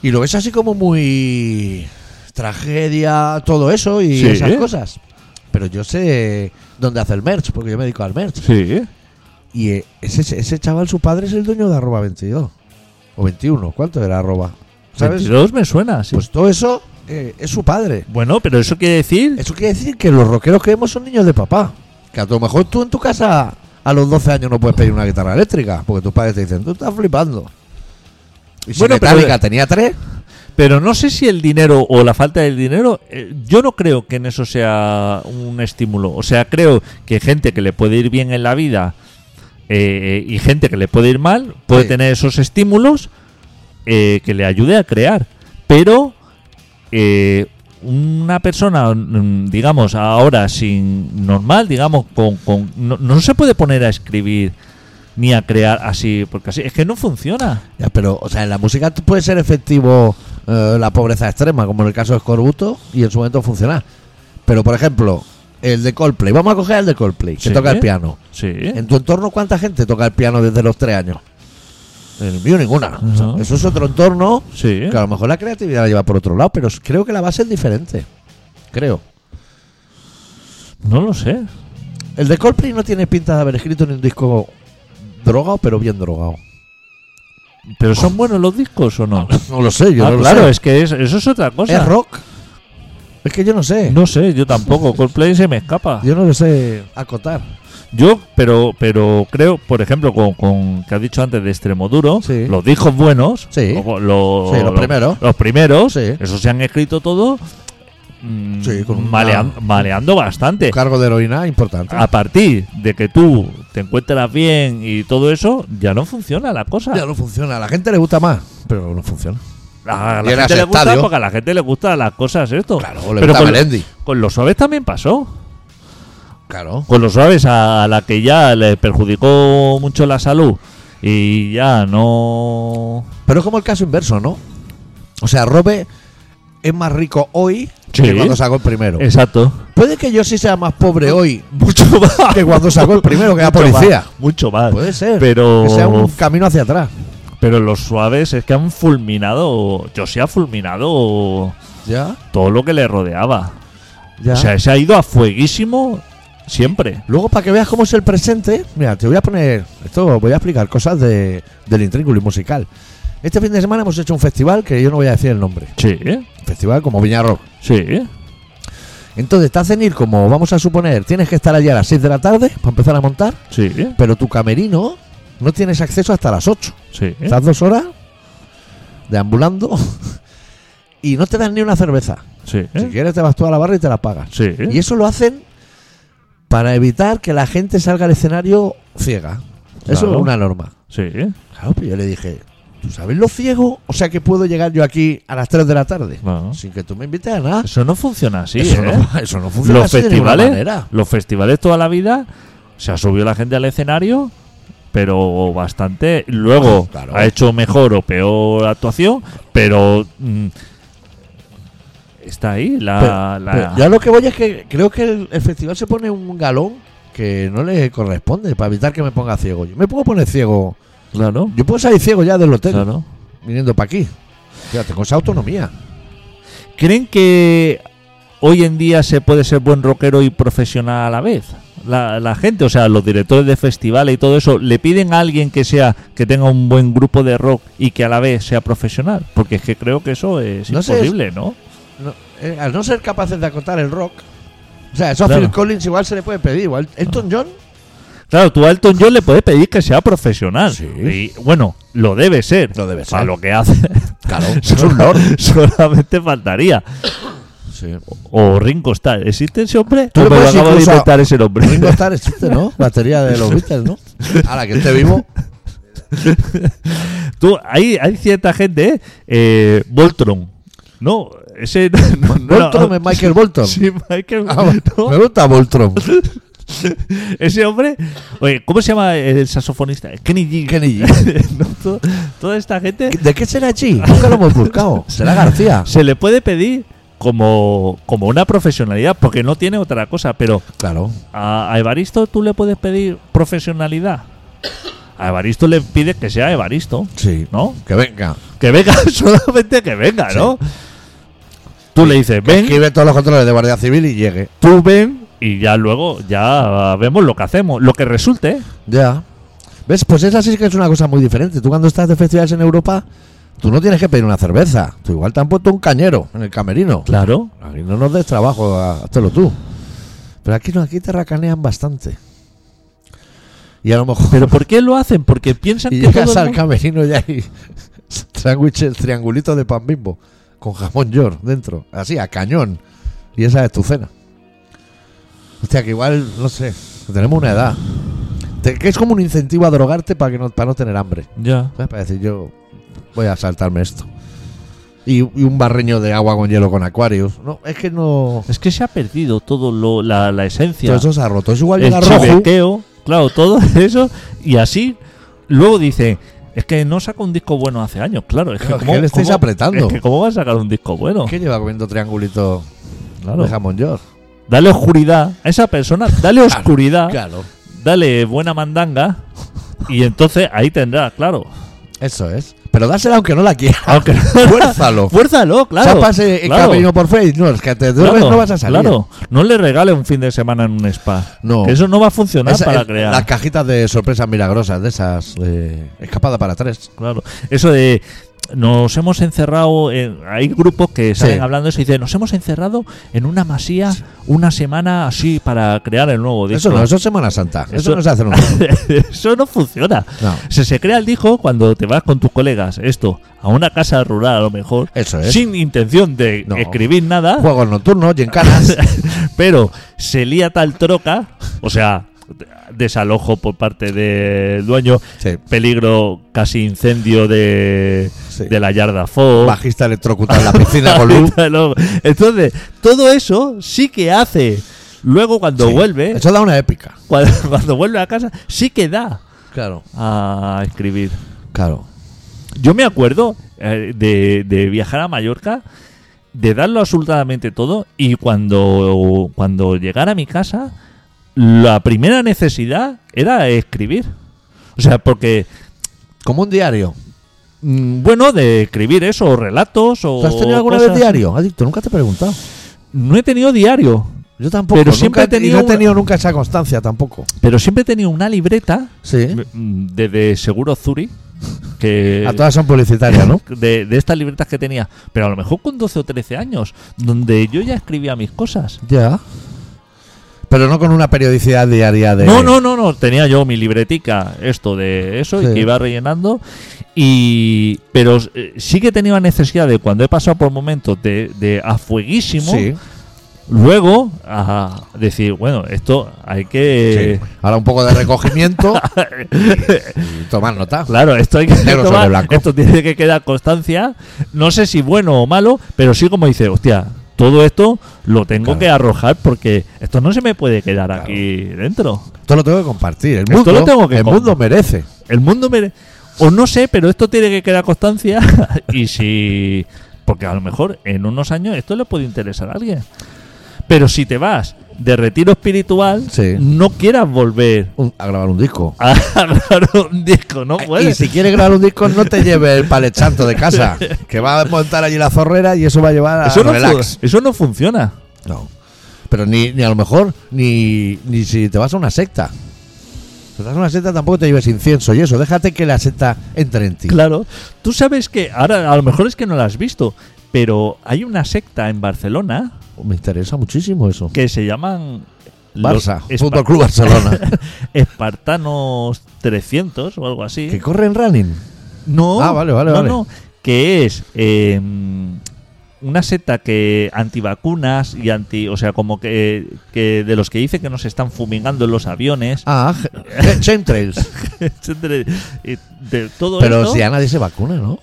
Speaker 1: Y lo ves así como muy tragedia, todo eso y
Speaker 2: Sí.
Speaker 1: esas cosas. Pero yo sé dónde hace el merch, porque yo me dedico al merch.
Speaker 2: Sí.
Speaker 1: Y eh, ese, ese chaval, su padre es el dueño de arroba 22. O 21, ¿cuánto era arroba? ¿Sabes?
Speaker 2: 22 me suena, sí.
Speaker 1: Pues todo eso eh, es su padre.
Speaker 2: bueno, pero eso quiere decir.
Speaker 1: Eso quiere decir que los rockeros que vemos son niños de papá. Que a lo mejor tú en tu casa a los 12 años no puedes pedir una guitarra eléctrica, porque tus padres te dicen, tú estás flipando. Y si
Speaker 2: Bueno, pero-
Speaker 1: Metallica tenía tres,
Speaker 2: Pero no sé si el dinero o la falta del dinero. eh, yo no creo que en eso sea un estímulo. O sea, creo que gente que le puede ir bien en la vida eh, eh, y gente que le puede ir mal puede
Speaker 1: Sí.
Speaker 2: tener esos estímulos eh, que le ayude a crear. Pero eh, una persona, mm, digamos, ahora sin normal, digamos, con, con- no, no se puede poner a escribir ni a crear así, porque así es que no funciona.
Speaker 1: Ya, pero, o sea, en la música t- puede ser efectivo eh, la pobreza extrema, como en el caso de Scorbuto, y en su momento funcionar. Pero, por ejemplo, el de Coldplay. Vamos a coger el de Coldplay, que
Speaker 2: Sí.
Speaker 1: toca el piano.
Speaker 2: Sí.
Speaker 1: ¿En tu entorno cuánta gente toca el piano desde los tres años? En el mío ninguna. O sea,
Speaker 2: Ajá.
Speaker 1: eso es otro entorno
Speaker 2: Sí.
Speaker 1: que a lo mejor la creatividad la lleva por otro lado, pero s- creo que la base es diferente. Creo.
Speaker 2: No lo sé.
Speaker 1: El de Coldplay no tiene pinta de haber escrito ni un disco drogado, pero bien drogado.
Speaker 2: ¿Pero son buenos los discos o no?
Speaker 1: No lo sé, yo
Speaker 2: Ah,
Speaker 1: no lo
Speaker 2: claro,
Speaker 1: sé.
Speaker 2: es que es- eso es otra cosa.
Speaker 1: ¿Es rock? Es que yo no sé.
Speaker 2: No sé, yo tampoco. Coldplay se me escapa.
Speaker 1: Yo no lo sé acotar.
Speaker 2: Yo, pero, pero creo, por ejemplo, con, con que has dicho antes de Extremoduro,
Speaker 1: Sí.
Speaker 2: los discos buenos,
Speaker 1: Sí.
Speaker 2: o lo-
Speaker 1: Sí, los primeros.
Speaker 2: los primeros,
Speaker 1: Sí.
Speaker 2: esos se han escrito todos mm,
Speaker 1: Sí, con una-
Speaker 2: malean- maleando bastante.
Speaker 1: Cargo de heroína importante.
Speaker 2: A partir de que tú te encuentras bien y todo eso, ya no funciona la cosa.
Speaker 1: Ya no funciona. A la gente le gusta más, pero no funciona.
Speaker 2: A
Speaker 1: Y
Speaker 2: la
Speaker 1: en
Speaker 2: gente le gusta
Speaker 1: aceptadio.
Speaker 2: porque a la gente le gustan las cosas esto.
Speaker 1: Claro, le
Speaker 2: Pero
Speaker 1: gusta
Speaker 2: con,
Speaker 1: Melendi.
Speaker 2: con los suaves también pasó.
Speaker 1: Claro.
Speaker 2: Con los suaves a, a la que ya le perjudicó mucho la salud y ya no...
Speaker 1: Pero es como el caso inverso, ¿no? O sea, Robe es más rico hoy
Speaker 2: Sí.
Speaker 1: que cuando sacó el primero.
Speaker 2: Exacto.
Speaker 1: Puede que yo sí sea más pobre hoy
Speaker 2: Mucho más.
Speaker 1: que cuando sacó el primero, que era
Speaker 2: Mucho más,
Speaker 1: policía. Pues.
Speaker 2: Mucho más.
Speaker 1: Puede ser.
Speaker 2: Pero,
Speaker 1: Que sea un camino hacia atrás.
Speaker 2: pero los suaves es que han fulminado... Yo sí ha fulminado
Speaker 1: Ya,
Speaker 2: todo lo que le rodeaba.
Speaker 1: ya.
Speaker 2: O sea, se ha ido a fueguísimo siempre.
Speaker 1: Luego, para que veas cómo es el presente, mira, te voy a poner. Esto voy a explicar cosas de, del intrínculo y musical. Este fin de semana hemos hecho un festival que yo no voy a decir el nombre.
Speaker 2: Sí,
Speaker 1: Festival como Viña Rock.
Speaker 2: sí.
Speaker 1: Entonces te hacen ir como, vamos a suponer, tienes que estar allí a las 6 de la tarde para empezar a montar,
Speaker 2: Sí,
Speaker 1: pero tu camerino no tienes acceso hasta las 8.
Speaker 2: sí.
Speaker 1: Estás dos horas deambulando y no te dan ni una cerveza.
Speaker 2: Sí,
Speaker 1: Si quieres te vas tú a la barra y te la pagas.
Speaker 2: sí.
Speaker 1: Y eso lo hacen para evitar que la gente salga al escenario ciega. Eso
Speaker 2: Claro.
Speaker 1: es una norma.
Speaker 2: sí.
Speaker 1: Claro, pero yo le dije, ¿tú sabes lo ciego? O sea que puedo llegar yo aquí a las 3 de la tarde
Speaker 2: No.
Speaker 1: sin que tú me invites a nada.
Speaker 2: Eso no funciona así.
Speaker 1: eso,
Speaker 2: ¿eh?
Speaker 1: no, eso no funciona
Speaker 2: los
Speaker 1: así de ninguna
Speaker 2: festivales,
Speaker 1: manera.
Speaker 2: los festivales toda la vida se ha subido la gente al escenario, pero bastante. Luego
Speaker 1: Ah, Claro.
Speaker 2: ha hecho mejor o peor actuación, pero mm, está ahí la. la-
Speaker 1: Pero ya lo que voy es que creo que el, el festival se pone un galón que no le corresponde para evitar que me ponga ciego. Yo me puedo poner ciego.
Speaker 2: claro,
Speaker 1: Yo puedo salir ciego ya del hotel
Speaker 2: claro.
Speaker 1: viniendo para aquí. Fíjate, con esa autonomía.
Speaker 2: ¿Creen que hoy en día se puede ser buen rockero y profesional a la vez? La, la gente, o sea, los directores de festivales y todo eso, le piden a alguien que sea, que tenga un buen grupo de rock y que a la vez sea profesional, porque es que creo que eso es
Speaker 1: No sé, es-
Speaker 2: imposible, ¿no?
Speaker 1: No, eh, al no ser capaces de acotar el rock. O sea, eso a
Speaker 2: Claro.
Speaker 1: Phil Collins igual se le puede pedir. Igual Elton John.
Speaker 2: Claro, tú a Elton John le puedes pedir que sea profesional.
Speaker 1: Sí.
Speaker 2: Y bueno, lo debe ser.
Speaker 1: Lo debe ser.
Speaker 2: Para lo que hace.
Speaker 1: Claro, es un lord.
Speaker 2: Solamente faltaría.
Speaker 1: Sí.
Speaker 2: O Ringo Starr. ¿Existe ese hombre?
Speaker 1: Tú le
Speaker 2: O me lo
Speaker 1: puedes
Speaker 2: acabo de
Speaker 1: incluso a-
Speaker 2: inventar ese nombre.
Speaker 1: Ringo Starr existe, ¿no? Batería de los Beatles, ¿no? Ahora que esté vivo.
Speaker 2: Tú, hay, hay cierta gente, ¿eh? Eh, Voltron. No, ese. No, no era-
Speaker 1: Voltron es Michael Bolton.
Speaker 2: Sí, Michael
Speaker 1: Ah, bueno,
Speaker 2: no,
Speaker 1: Me gusta Voltron.
Speaker 2: Ese hombre. Oye, ¿cómo se llama el saxofonista? Kenny G.
Speaker 1: Kenny G.
Speaker 2: No, to- toda esta gente
Speaker 1: ¿De qué será G? Nunca lo hemos buscado. ¿Será García?
Speaker 2: se le puede pedir como, como una profesionalidad, porque no tiene otra cosa, pero
Speaker 1: Claro.
Speaker 2: a, a Evaristo tú le puedes pedir profesionalidad. A Evaristo le pides que sea Evaristo,
Speaker 1: Sí.
Speaker 2: ¿no?
Speaker 1: Que venga.
Speaker 2: Que venga, solamente que venga, ¿no? Tú le dices,
Speaker 1: Que
Speaker 2: ven,
Speaker 1: esquive todos los controles de Guardia Civil y llegue.
Speaker 2: tú ven, y ya luego ya vemos lo que hacemos, lo que resulte.
Speaker 1: Ya. ¿Ves? Pues esa sí que es una cosa muy diferente. Tú cuando estás de festivales en Europa, tú no tienes que pedir una cerveza. Tú igual te han puesto un cañero en el camerino.
Speaker 2: Claro.
Speaker 1: Aquí no nos des trabajo, a- hazlo tú. Pero aquí no, aquí te racanean bastante. Y a lo mejor.
Speaker 2: Pero ¿por qué lo hacen? Porque piensan
Speaker 1: y
Speaker 2: que todo
Speaker 1: llegas
Speaker 2: el
Speaker 1: al
Speaker 2: mundo-
Speaker 1: camerino y hay sándwiches, triangulitos de pan bimbo con jamón york dentro, así a cañón. Y esa es tu cena. Hostia, que igual, no sé, que tenemos una edad. Te- que es como un incentivo a drogarte para, que no, para no tener hambre.
Speaker 2: Ya.
Speaker 1: ¿sabes? Para decir, yo voy a saltarme esto. Y, y un barreño de agua con hielo con Aquarius. No, es que no.
Speaker 2: Es que se ha perdido todo lo, la, la esencia.
Speaker 1: Todo eso se ha roto. Es igual
Speaker 2: el
Speaker 1: llegar rojo.
Speaker 2: chivequeo, claro, todo eso. Y así, luego dicen, es que no saca un disco bueno hace años, claro. Es que,
Speaker 1: Claro, es
Speaker 2: cómo-
Speaker 1: que le estáis
Speaker 2: cómo-
Speaker 1: apretando.
Speaker 2: Es que ¿cómo va a sacar un disco bueno?
Speaker 1: ¿Qué lleva comiendo triangulito
Speaker 2: Claro.
Speaker 1: de jamón york?
Speaker 2: Dale oscuridad a esa persona, dale oscuridad,
Speaker 1: Claro.
Speaker 2: dale buena mandanga. Y entonces ahí tendrá, claro.
Speaker 1: Eso es. Pero dásela aunque no la quiera.
Speaker 2: Aunque
Speaker 1: Fuérzalo.
Speaker 2: Fuérzalo, claro.
Speaker 1: Chapas el el
Speaker 2: claro,
Speaker 1: camino por Facebook. No, es que te duermes
Speaker 2: claro,
Speaker 1: no vas a salir.
Speaker 2: Claro, no le regale un fin de semana en un spa.
Speaker 1: No.
Speaker 2: Que Eso no va a funcionar
Speaker 1: Esa-
Speaker 2: para
Speaker 1: el-
Speaker 2: crear.
Speaker 1: Las cajitas de sorpresas milagrosas, de esas. eh, escapada para tres.
Speaker 2: Claro. Eso de. Nos hemos encerrado. En, hay grupos que salen
Speaker 1: Sí.
Speaker 2: hablando eso y dicen: Nos hemos encerrado en una masía una semana así para crear el nuevo disco.
Speaker 1: Eso no, eso es Semana Santa. Eso,
Speaker 2: Eso-
Speaker 1: no se hace nunca.
Speaker 2: Eso no funciona.
Speaker 1: No.
Speaker 2: Se, se crea el disco cuando te vas con tus colegas, esto, a una casa rural a lo mejor,
Speaker 1: Eso es.
Speaker 2: sin intención de
Speaker 1: No.
Speaker 2: escribir nada,
Speaker 1: Juegos nocturnos, gincanas.
Speaker 2: pero se lía tal troca, o sea, desalojo por parte del dueño,
Speaker 1: sí.
Speaker 2: peligro casi incendio de,
Speaker 1: Sí.
Speaker 2: de la yarda FO.
Speaker 1: Bajista electrocutado en la piscina con luz.
Speaker 2: Entonces, todo eso sí que hace. Luego cuando
Speaker 1: Sí.
Speaker 2: vuelve,
Speaker 1: Eso da una épica.
Speaker 2: cuando, cuando vuelve a casa, sí que da
Speaker 1: Claro.
Speaker 2: a escribir.
Speaker 1: Claro.
Speaker 2: Yo me acuerdo eh, de, de viajar a Mallorca, de darlo absolutamente todo y cuando, cuando llegara a mi casa, la primera necesidad era escribir. O sea, porque,
Speaker 1: Como un diario.
Speaker 2: mm, bueno, de escribir eso, o relatos o...
Speaker 1: ¿Tú has tenido alguna
Speaker 2: cosas.
Speaker 1: vez diario? Adicto, nunca te he preguntado.
Speaker 2: No he tenido diario,
Speaker 1: Yo tampoco.
Speaker 2: Pero
Speaker 1: nunca
Speaker 2: siempre he
Speaker 1: te- y
Speaker 2: tenido
Speaker 1: no he
Speaker 2: una-
Speaker 1: tenido nunca esa constancia tampoco.
Speaker 2: pero siempre he tenido una libreta
Speaker 1: Sí.
Speaker 2: mm, desde Seguro Zuri, que...
Speaker 1: ¿Eh? A todas son publicitarias, ¿no?
Speaker 2: De, de estas libretas que tenía, pero a lo mejor con 12 o 13 años, donde yo ya escribía mis cosas.
Speaker 1: Ya. Pero no con una periodicidad diaria de.
Speaker 2: No, no, no, no. Tenía yo mi libretica, esto de eso,
Speaker 1: Sí.
Speaker 2: y que iba rellenando. Y. Pero eh, sí que tenía la necesidad de cuando he pasado por momentos de, de a fueguísimo,
Speaker 1: Sí,
Speaker 2: luego a decir, bueno, esto hay que.
Speaker 1: sí. Eh, Ahora un poco de recogimiento y tomar nota.
Speaker 2: Claro, esto hay que
Speaker 1: Negro sobre
Speaker 2: tomar-
Speaker 1: blanco.
Speaker 2: esto tiene que quedar constancia. No sé si bueno o malo, pero sí como dice, hostia, todo esto lo tengo
Speaker 1: Claro.
Speaker 2: que arrojar porque esto no se me puede quedar
Speaker 1: Claro.
Speaker 2: aquí dentro.
Speaker 1: Esto lo tengo que compartir. El
Speaker 2: Esto
Speaker 1: mundo,
Speaker 2: lo tengo que
Speaker 1: el
Speaker 2: com-
Speaker 1: mundo merece.
Speaker 2: El mundo mere- O no sé, pero esto tiene que quedar constancia. y si. Porque a lo mejor en unos años esto le puede interesar a alguien. Pero si te vas de retiro espiritual,
Speaker 1: Sí.
Speaker 2: no quieras volver
Speaker 1: Un- a grabar un disco.
Speaker 2: a grabar un disco, no
Speaker 1: y
Speaker 2: puedes.
Speaker 1: si quieres grabar un disco, no te lleves el palet santo de casa. Que va a montar allí la zorrera y eso va a llevar a
Speaker 2: Eso no,
Speaker 1: relax.
Speaker 2: fu- eso no funciona.
Speaker 1: No. Pero ni, ni a lo mejor, ni, ni si te vas a una secta. Si te vas a una secta tampoco te lleves incienso y eso. Déjate que la secta entre en ti.
Speaker 2: Claro. Tú sabes que. Ahora, a lo mejor es que no la has visto. Pero hay una secta en Barcelona
Speaker 1: Me interesa muchísimo eso.
Speaker 2: que se llaman. los
Speaker 1: Barça,
Speaker 2: Espa-
Speaker 1: Fútbol Club Barcelona.
Speaker 2: Espartanos 300 o algo así.
Speaker 1: que corren running.
Speaker 2: No.
Speaker 1: Ah, vale, vale,
Speaker 2: no,
Speaker 1: vale.
Speaker 2: no, que es eh, una secta que antivacunas y anti, o sea, como que, que de los que dice que nos están fumigando en los aviones,
Speaker 1: Ah, ge- Chain Trails.
Speaker 2: etcétera, y de todo
Speaker 1: Pero
Speaker 2: esto.
Speaker 1: si a nadie se vacuna, ¿no?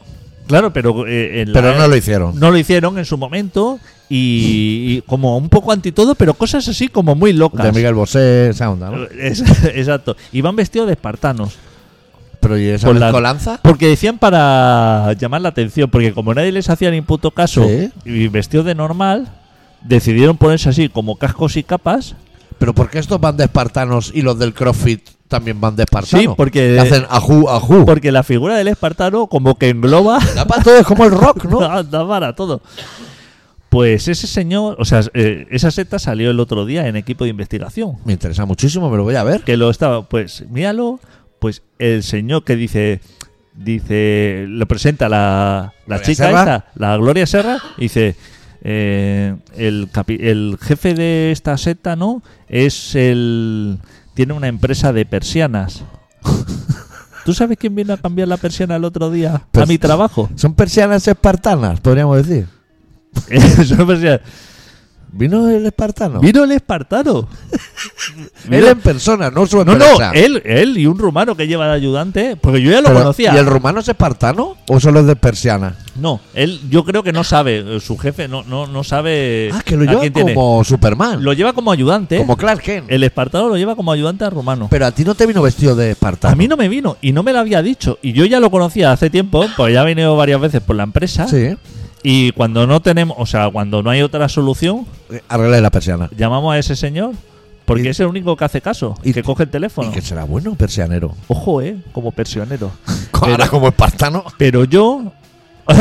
Speaker 2: claro, pero eh, en la-
Speaker 1: Pero no lo hicieron.
Speaker 2: no lo hicieron en su momento y, y como un poco anti todo, pero cosas así como muy locas.
Speaker 1: De Miguel Bosé, esa onda, ¿no?
Speaker 2: Es- exacto. Y van vestidos de espartanos.
Speaker 1: Pero ¿y esa
Speaker 2: Con la-
Speaker 1: mezcolanza?
Speaker 2: Porque decían para llamar la atención, porque como nadie les hacía ni puto caso
Speaker 1: Sí.
Speaker 2: y vestidos de normal, decidieron ponerse así como cascos y capas.
Speaker 1: ¿Pero por qué estos van de espartanos y los del CrossFit también van de espartanos?
Speaker 2: Sí, porque-
Speaker 1: Que hacen ajú, ajú.
Speaker 2: Porque la figura del espartano como que engloba
Speaker 1: Da para todo, es como el rock, ¿no?
Speaker 2: da da para todo. Pues ese señor, o sea, eh, esa seta salió el otro día en equipo de investigación.
Speaker 1: Me interesa muchísimo, me lo voy a ver.
Speaker 2: Que lo estaba, pues míralo, pues el señor que dice, dice, lo presenta la, la
Speaker 1: Gloria
Speaker 2: chica
Speaker 1: Serra.
Speaker 2: esta, la Gloria Serra, y dice, eh, el, capi- el jefe de esta secta, ¿no? Es el, tiene una empresa de persianas. ¿Tú sabes quién vino a cambiar la persiana el otro día a
Speaker 1: Pues-
Speaker 2: mi trabajo?
Speaker 1: Son persianas espartanas, podríamos decir.
Speaker 2: Son persianas.
Speaker 1: ¿Vino el espartano?
Speaker 2: Vino el espartano.
Speaker 1: Él en persona, no su
Speaker 2: No,
Speaker 1: empresa.
Speaker 2: no, él, él y un rumano que lleva de ayudante, porque yo ya lo
Speaker 1: Pero,
Speaker 2: conocía.
Speaker 1: ¿Y el rumano es espartano o solo es de persiana?
Speaker 2: No, él yo creo que no sabe, eh, su jefe no, no, no sabe
Speaker 1: Ah, que lo
Speaker 2: a
Speaker 1: lleva
Speaker 2: quién tiene.
Speaker 1: como Superman.
Speaker 2: Lo lleva como ayudante.
Speaker 1: Como Clark Kent.
Speaker 2: El espartano lo lleva como ayudante al romano.
Speaker 1: Pero a ti no te vino vestido de espartano.
Speaker 2: A mí no me vino y no me lo había dicho. Y yo ya lo conocía hace tiempo, pues ya ha venido varias veces por la empresa.
Speaker 1: Sí.
Speaker 2: Y cuando no tenemos, o sea, cuando no hay otra solución,
Speaker 1: Arregla la persiana.
Speaker 2: llamamos a ese señor. Porque
Speaker 1: Y-
Speaker 2: es el único que hace caso
Speaker 1: y-
Speaker 2: y que coge el teléfono.
Speaker 1: Y que será bueno persianero.
Speaker 2: Ojo, eh, como persionero.
Speaker 1: Ahora como espartano.
Speaker 2: Pero yo.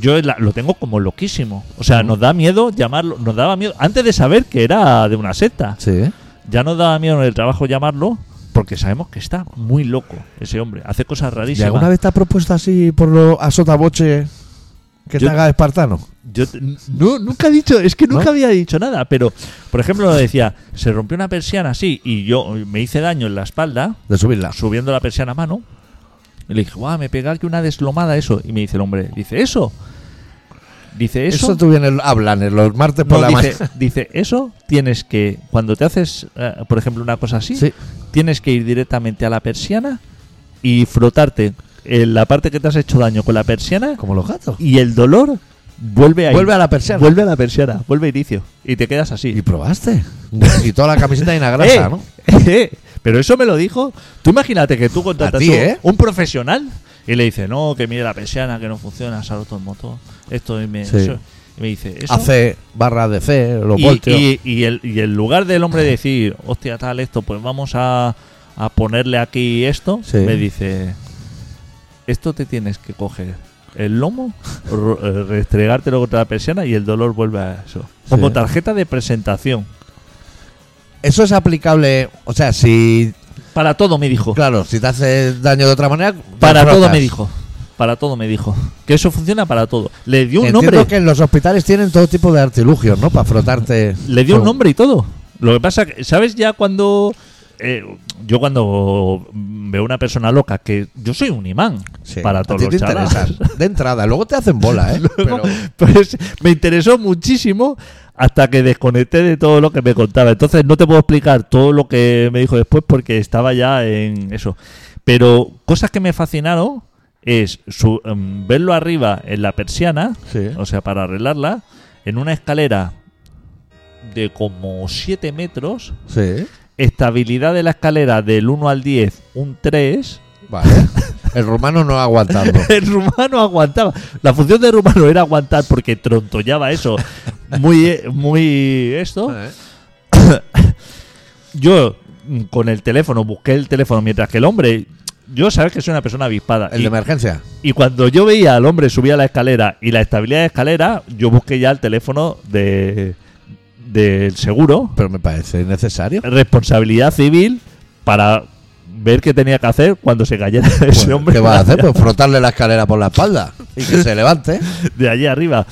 Speaker 2: Yo la- lo tengo como loquísimo. O sea, nos da miedo llamarlo. Nos daba miedo. Antes de saber que era de una secta.
Speaker 1: Sí.
Speaker 2: Ya nos daba miedo en el trabajo llamarlo. Porque sabemos que está muy loco ese hombre. Hace cosas
Speaker 1: ¿Y
Speaker 2: rarísimas.
Speaker 1: alguna vez te has propuesto así por lo a sotaboche que
Speaker 2: Yo-
Speaker 1: te haga espartano?
Speaker 2: Yo te- no, nunca he dicho, es que nunca
Speaker 1: ¿No?
Speaker 2: había dicho nada, pero por ejemplo decía, se rompió una persiana así y yo me hice daño en la espalda
Speaker 1: De subirla.
Speaker 2: subiendo la persiana a mano. Y le dije, guau, me pega que una deslomada eso. Y me dice el hombre, dice, ¿eso? Dice,
Speaker 1: Eso,
Speaker 2: ¿eso?
Speaker 1: tú vienes, hablan en los martes por la
Speaker 2: No, dice,
Speaker 1: mañana.
Speaker 2: dice, eso tienes que, cuando te haces, eh, por ejemplo, una cosa así,
Speaker 1: Sí.
Speaker 2: tienes que ir directamente a la persiana y frotarte en la parte que te has hecho daño con la persiana
Speaker 1: Como los gatos.
Speaker 2: y el dolor vuelve a
Speaker 1: Vuelve a la persiana.
Speaker 2: Vuelve a la persiana, vuelve a inicio. Y te quedas así.
Speaker 1: Y probaste. y toda la camiseta llena de grasa,
Speaker 2: ¡Eh!
Speaker 1: ¿no?
Speaker 2: ¡Eh! Pero eso me lo dijo. Tú imagínate que tú contratas
Speaker 1: ti,
Speaker 2: un-
Speaker 1: ¿eh?
Speaker 2: un profesional y le dice, no, que mire la persiana, que no funciona, se ha roto el motor. Esto y me,
Speaker 1: Sí.
Speaker 2: eso". Y me dice, eso.
Speaker 1: AC barra de C, los
Speaker 2: y,
Speaker 1: voltios.
Speaker 2: y, y el, y en lugar del hombre decir, hostia, tal, esto, pues vamos a, a ponerle aquí esto,
Speaker 1: Sí.
Speaker 2: me dice, esto te tienes que coger el lomo, ro- eh, restregártelo contra la persiana y el dolor vuelve a eso. Como
Speaker 1: Sí.
Speaker 2: tarjeta de presentación.
Speaker 1: Eso es aplicable, o sea, si
Speaker 2: Para todo me dijo.
Speaker 1: claro, si te haces daño de otra manera, te
Speaker 2: para todo
Speaker 1: frotas.
Speaker 2: me dijo. Para todo me dijo. Que eso funciona para todo. Le dio un
Speaker 1: Entiendo
Speaker 2: nombre.
Speaker 1: que en los hospitales tienen todo tipo de artilugios, ¿no? Para frotarte.
Speaker 2: Le dio un
Speaker 1: con-
Speaker 2: nombre y todo. Lo que pasa que, ¿sabes ya cuando... eh, yo cuando veo una persona loca, que yo soy un imán
Speaker 1: Sí,
Speaker 2: para
Speaker 1: a
Speaker 2: todos
Speaker 1: ti
Speaker 2: los
Speaker 1: te
Speaker 2: chalados.
Speaker 1: interesan, De entrada, luego te hacen bola, ¿eh? Pero
Speaker 2: Pues me interesó muchísimo hasta que desconecté de todo lo que me contaba. Entonces no te puedo explicar todo lo que me dijo después porque estaba ya en eso. Pero cosas que me fascinaron es su- em, verlo arriba en la persiana,
Speaker 1: Sí.
Speaker 2: o sea, para arreglarla, en una escalera de como 7 metros,
Speaker 1: sí,
Speaker 2: estabilidad de la escalera del 1 al 10, un 3.
Speaker 1: vale. El rumano no ha aguantado.
Speaker 2: El rumano aguantaba. La función del rumano era aguantar porque trontollaba eso. Muy, eh, muy esto.
Speaker 1: Eh,
Speaker 2: Yo mm, con el teléfono, busqué el teléfono mientras que el hombre. Yo sabes que soy una persona avispada.
Speaker 1: El
Speaker 2: y,
Speaker 1: de emergencia.
Speaker 2: y cuando yo veía al hombre subir a la escalera y la estabilidad de escalera, yo busqué ya el teléfono de del seguro,
Speaker 1: Pero me parece necesario.
Speaker 2: responsabilidad civil, para ver qué tenía que hacer cuando se cayera ese
Speaker 1: Bueno,
Speaker 2: hombre.
Speaker 1: ¿Qué vas a hacer? Pues frotarle la escalera por la espalda y que se levante.
Speaker 2: de allí arriba.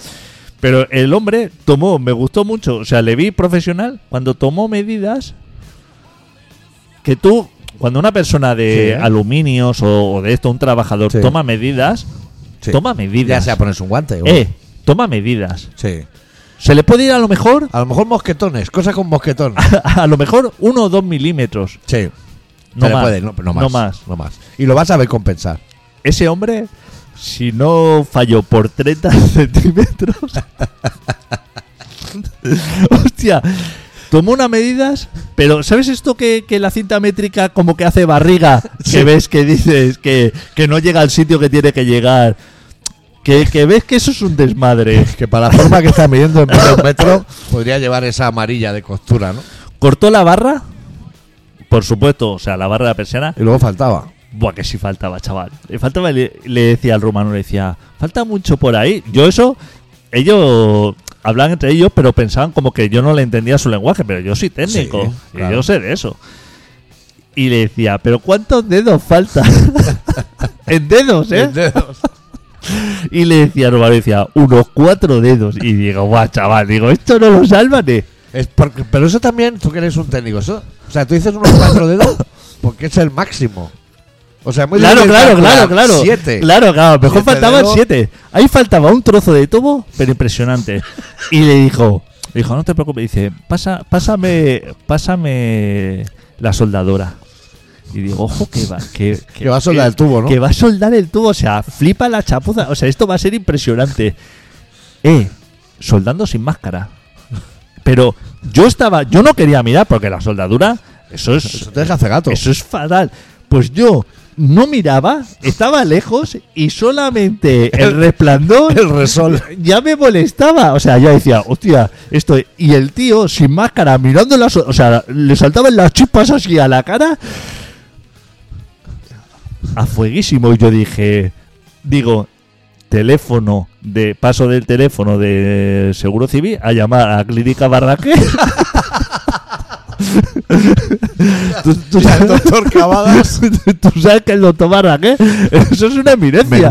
Speaker 2: Pero el hombre tomó, me gustó mucho, o sea, le vi profesional cuando tomó medidas que tú, cuando una persona de
Speaker 1: Sí.
Speaker 2: aluminios o, o de esto, un trabajador,
Speaker 1: Sí.
Speaker 2: toma medidas,
Speaker 1: Sí.
Speaker 2: toma
Speaker 1: Ya
Speaker 2: medidas.
Speaker 1: sea ponerse un guante. o-
Speaker 2: eh, toma medidas.
Speaker 1: Sí.
Speaker 2: Se le puede ir a lo mejor,
Speaker 1: A lo mejor mosquetones, cosa con mosquetón.
Speaker 2: a lo mejor uno o dos milímetros.
Speaker 1: Sí.
Speaker 2: No
Speaker 1: Se le
Speaker 2: más,
Speaker 1: puede, no, no más,
Speaker 2: no más.
Speaker 1: no más. Y lo vas a ver compensar.
Speaker 2: Ese hombre, si no falló por 30 centímetros. Hostia, tomó unas medidas, pero ¿sabes esto que, que la cinta métrica como que hace barriga?
Speaker 1: Sí.
Speaker 2: Que ves que dices que, que no llega al sitio que tiene que llegar. Que, que ves que eso es un desmadre.
Speaker 1: Que para la forma que está midiendo en metro, metro, podría llevar esa amarilla de costura, ¿no?
Speaker 2: Cortó la barra, por supuesto, o sea, la barra de la persiana.
Speaker 1: Y luego faltaba.
Speaker 2: Buah, que sí faltaba, chaval. Le faltaba, le, le decía al rumano, le decía, falta mucho por ahí. Yo eso, ellos hablaban entre ellos, pero pensaban como que yo no le entendía su lenguaje, pero yo soy técnico,
Speaker 1: Sí,
Speaker 2: y
Speaker 1: claro.
Speaker 2: yo sé de eso. Y le decía, pero ¿cuántos dedos faltan? en dedos, ¿eh?
Speaker 1: Dedos.
Speaker 2: Y le decía al rumano, le decía, unos cuatro dedos. Y digo, guau, chaval, digo, esto no lo salvan, eh.
Speaker 1: Es porque- pero eso también, tú que eres un técnico, eso. O sea, tú dices unos cuatro dedos porque es el máximo. O sea, muy
Speaker 2: Claro,
Speaker 1: difícil
Speaker 2: claro,
Speaker 1: calcular
Speaker 2: claro, claro.
Speaker 1: Siete.
Speaker 2: Claro, claro. Mejor
Speaker 1: Siete
Speaker 2: faltaban
Speaker 1: dedos.
Speaker 2: siete. Ahí faltaba un trozo de tubo, pero impresionante. Y le dijo, le dijo, no te preocupes. Dice, pasa, pásame, pásame la soldadora. Y digo, ojo, que va, que,
Speaker 1: Que va a soldar el tubo, ¿no?
Speaker 2: Que va a soldar el tubo. O sea, flipa la chapuza. O sea, esto va a ser impresionante. Eh, soldando sin máscara. Pero yo estaba, yo no quería mirar porque la soldadura, eso es,
Speaker 1: Eso te deja cegato.
Speaker 2: eso es fatal. Pues yo no miraba, estaba lejos y solamente el resplandor
Speaker 1: El resol.
Speaker 2: ya me molestaba. O sea, yo decía, hostia, esto. Y el tío, sin máscara, mirándola, o sea, le saltaban las chispas así a la cara. A fueguísimo. Y yo dije, digo, teléfono de paso del teléfono de Seguro Civil a llamar a Clínica Barraque. Tú- tú
Speaker 1: El
Speaker 2: sabes-
Speaker 1: doctor Cavadas.
Speaker 2: Tú sabes que el doctor Barraqué, eso es una eminencia.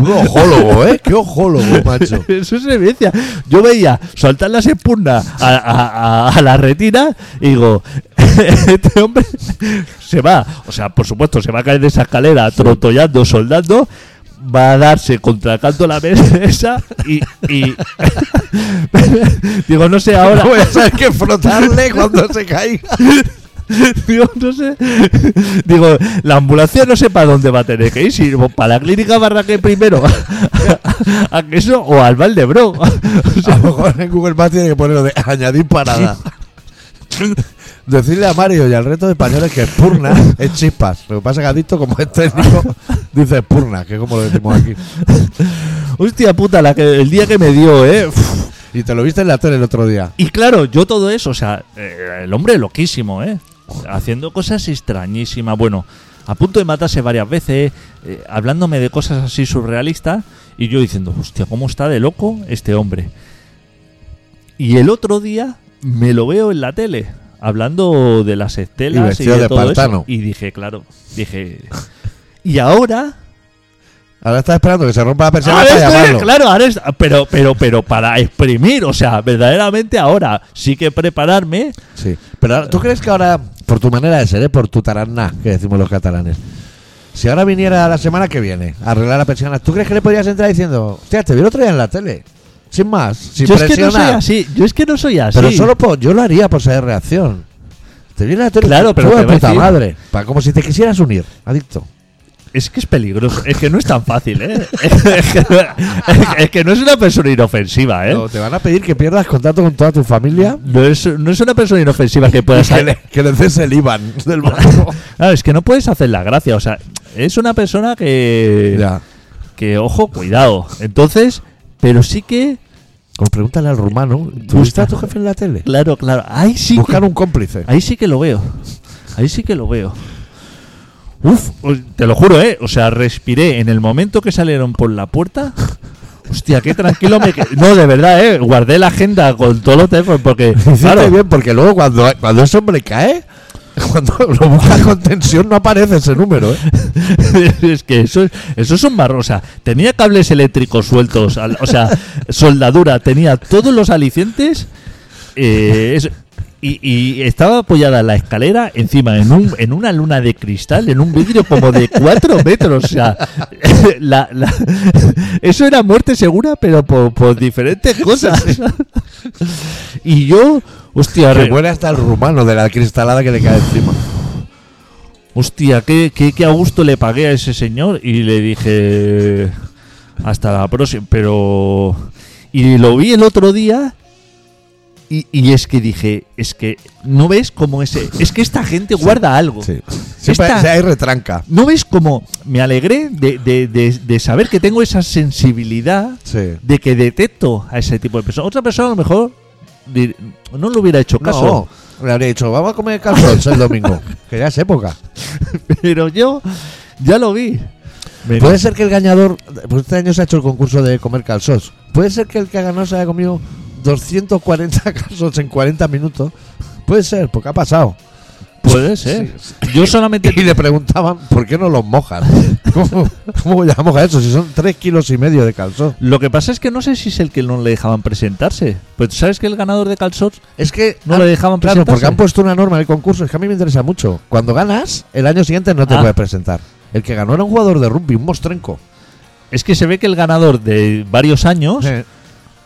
Speaker 1: Menudo ojólogo, ¿eh? Qué ojólogo, macho.
Speaker 2: Eso es evidencia. Yo veía soltar las espurnas a, a- a- a la retina y digo, este hombre se va, o sea, por supuesto, se va a caer de esa escalera trotollando, soldando, va a darse contra el canto de la mesa y... y- digo, no sé ahora...
Speaker 1: No voy a saber qué frotarle cuando se caiga.
Speaker 2: Digo, no sé. Digo, la ambulancia no sé para dónde va a tener que ir. Si o para la clínica Barraque primero, a, que eso o al Valdebro. O
Speaker 1: A
Speaker 2: sea,
Speaker 1: lo mejor en Google Maps tiene que ponerlo de añadir parada. Decirle a Mario y al resto de españoles que espurna es chispas. Lo que pasa es que adicto, como es técnico, dice espurna, que es como lo decimos aquí.
Speaker 2: hostia puta, la que, el día que me dio, ¿eh? Uf.
Speaker 1: Y te lo viste en la tele el otro día.
Speaker 2: Y claro, yo todo eso, o sea, eh, el hombre loquísimo, ¿eh? Haciendo cosas extrañísimas. Bueno, a punto de matarse varias veces, eh, hablándome de cosas así surrealistas, y yo diciendo, hostia, ¿cómo está de loco este hombre? Y el otro día me lo veo en la tele, hablando de las
Speaker 1: Y
Speaker 2: estelas y,
Speaker 1: vestido
Speaker 2: de,
Speaker 1: de
Speaker 2: todo eso.
Speaker 1: espartano.
Speaker 2: Y dije, claro, dije. Y ahora.
Speaker 1: Ahora está esperando que se rompa la persiana
Speaker 2: Ahora
Speaker 1: para
Speaker 2: estoy-
Speaker 1: llamarlo.
Speaker 2: Ah, este, claro, ahora es- pero, pero, pero para exprimir, o sea, verdaderamente ahora sí que prepararme.
Speaker 1: Sí. Pero
Speaker 2: Eh.
Speaker 1: ahora, ¿tú crees que ahora, por tu manera de ser, eh, por tu taraná, que decimos los catalanes, si ahora viniera la semana que viene a arreglar la persiana, ¿tú crees que le podrías entrar diciendo, hostia, te vi el otro día en la tele? Sin más, sin
Speaker 2: yo es que no soy
Speaker 1: presionar.
Speaker 2: así, yo es que no soy así.
Speaker 1: pero solo por- yo lo haría por ser reacción. Te vi en la tele.
Speaker 2: Claro,
Speaker 1: tú
Speaker 2: pero
Speaker 1: de
Speaker 2: te va a
Speaker 1: puta
Speaker 2: decir-
Speaker 1: madre. Pa- como si te quisieras unir, adicto.
Speaker 2: Es que es peligroso, es que no es tan fácil, ¿eh? es, que, no- es que no es una persona inofensiva, ¿eh?
Speaker 1: No,
Speaker 2: No,
Speaker 1: te van a pedir que pierdas contacto con toda tu familia.
Speaker 2: es, no es una persona inofensiva que puedas...
Speaker 1: Que le, que le des el Iván del banco.
Speaker 2: Claro, es que no puedes hacer la gracia, o sea, es una persona que...
Speaker 1: Ya.
Speaker 2: Que, ojo, cuidado. Entonces, pero sí que...
Speaker 1: Como pregúntale al rumano,
Speaker 2: Tú
Speaker 1: ¿tú estás
Speaker 2: estás-
Speaker 1: tu jefe en la tele?
Speaker 2: Claro, claro, ahí sí que
Speaker 1: Buscar un cómplice.
Speaker 2: Ahí sí que lo veo. Ahí sí que lo veo. Uf, o- te lo juro, ¿eh? O sea, respiré en el momento que salieron por la puerta. Hostia, qué tranquilo me quedé. No, de verdad, ¿eh? Guardé la agenda con todos los teléfonos porque,
Speaker 1: Hiciste
Speaker 2: claro,
Speaker 1: bien, porque luego cuando, cuando ese hombre cae, cuando lo buscas con tensión, no aparece ese número, ¿eh?
Speaker 2: es que eso, es- eso es un marrón. O sea, tenía cables eléctricos sueltos, al- o sea, soldadura, tenía todos los alicientes. eh, es- y, y estaba apoyada en la escalera encima en, un, en una luna de cristal, en un vidrio como de 4 metros. O sea, la- la- eso era muerte segura, pero por, por diferentes cosas. y yo, hostia,
Speaker 1: Que
Speaker 2: re-
Speaker 1: muere hasta el rumano de la cristalada que le cae encima.
Speaker 2: Hostia, qué, qué, qué a gusto le pagué a ese señor y le dije hasta la próxima, pero... Y lo vi el otro día y, y es que dije, es que no ves como ese... Es que esta gente guarda algo.
Speaker 1: Sí. Siempre
Speaker 2: Esta-
Speaker 1: se- hay retranca.
Speaker 2: No ves como me alegré de, de- de- de saber que tengo esa sensibilidad
Speaker 1: Sí.
Speaker 2: de que detecto a ese tipo de personas. Otra persona a lo mejor dir- no le hubiera hecho caso.
Speaker 1: No, le habría dicho, vamos a comer calzones el domingo, que ya es época.
Speaker 2: Pero yo ya lo vi. Me-
Speaker 1: Puede ser que el ganador, pues este año se ha hecho el concurso de comer calzones. Puede ser que el que ha ganado se haya comido 240 calzones en 40 minutos. Puede ser, porque ha pasado.
Speaker 2: Puede ser. Yo solamente
Speaker 1: Y le preguntaban, ¿por qué no los mojas? ¿Cómo, cómo voy a mojar eso si son 3 kilos y medio de calzón?
Speaker 2: Lo que pasa es que no sé si es el que no le dejaban presentarse. Pues sabes que el ganador de Calzot
Speaker 1: Es que...
Speaker 2: no
Speaker 1: han-
Speaker 2: le dejaban
Speaker 1: Claro,
Speaker 2: presentarse.
Speaker 1: porque han puesto una norma en el concurso, es que a mí me interesa mucho. Cuando ganas, el año siguiente no te
Speaker 2: Ah.
Speaker 1: puedes presentar. El que ganó era un jugador de rugby, un mostrenco.
Speaker 2: Es que se ve que el ganador de varios años
Speaker 1: Eh,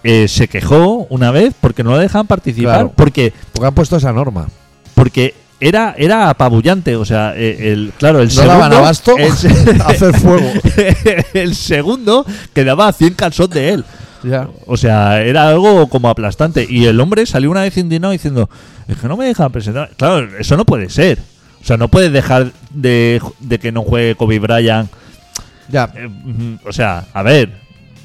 Speaker 2: eh, se quejó una vez porque no le dejaban participar.
Speaker 1: Claro.
Speaker 2: Porque,
Speaker 1: Porque han puesto esa norma.
Speaker 2: porque era, era apabullante. O sea, eh, el, claro, el
Speaker 1: No
Speaker 2: segundo.
Speaker 1: daban abasto
Speaker 2: el
Speaker 1: a hacer fuego.
Speaker 2: se- el segundo quedaba a 100 calzot de él.
Speaker 1: Ya.
Speaker 2: O sea, era algo como aplastante. Y el hombre salió una vez indignado diciendo, es que no me dejan presentar. Claro, eso no puede ser. O sea, no puedes dejar de, de que no juegue Kobe Bryant.
Speaker 1: Ya,
Speaker 2: Eh, mm, o sea, a ver,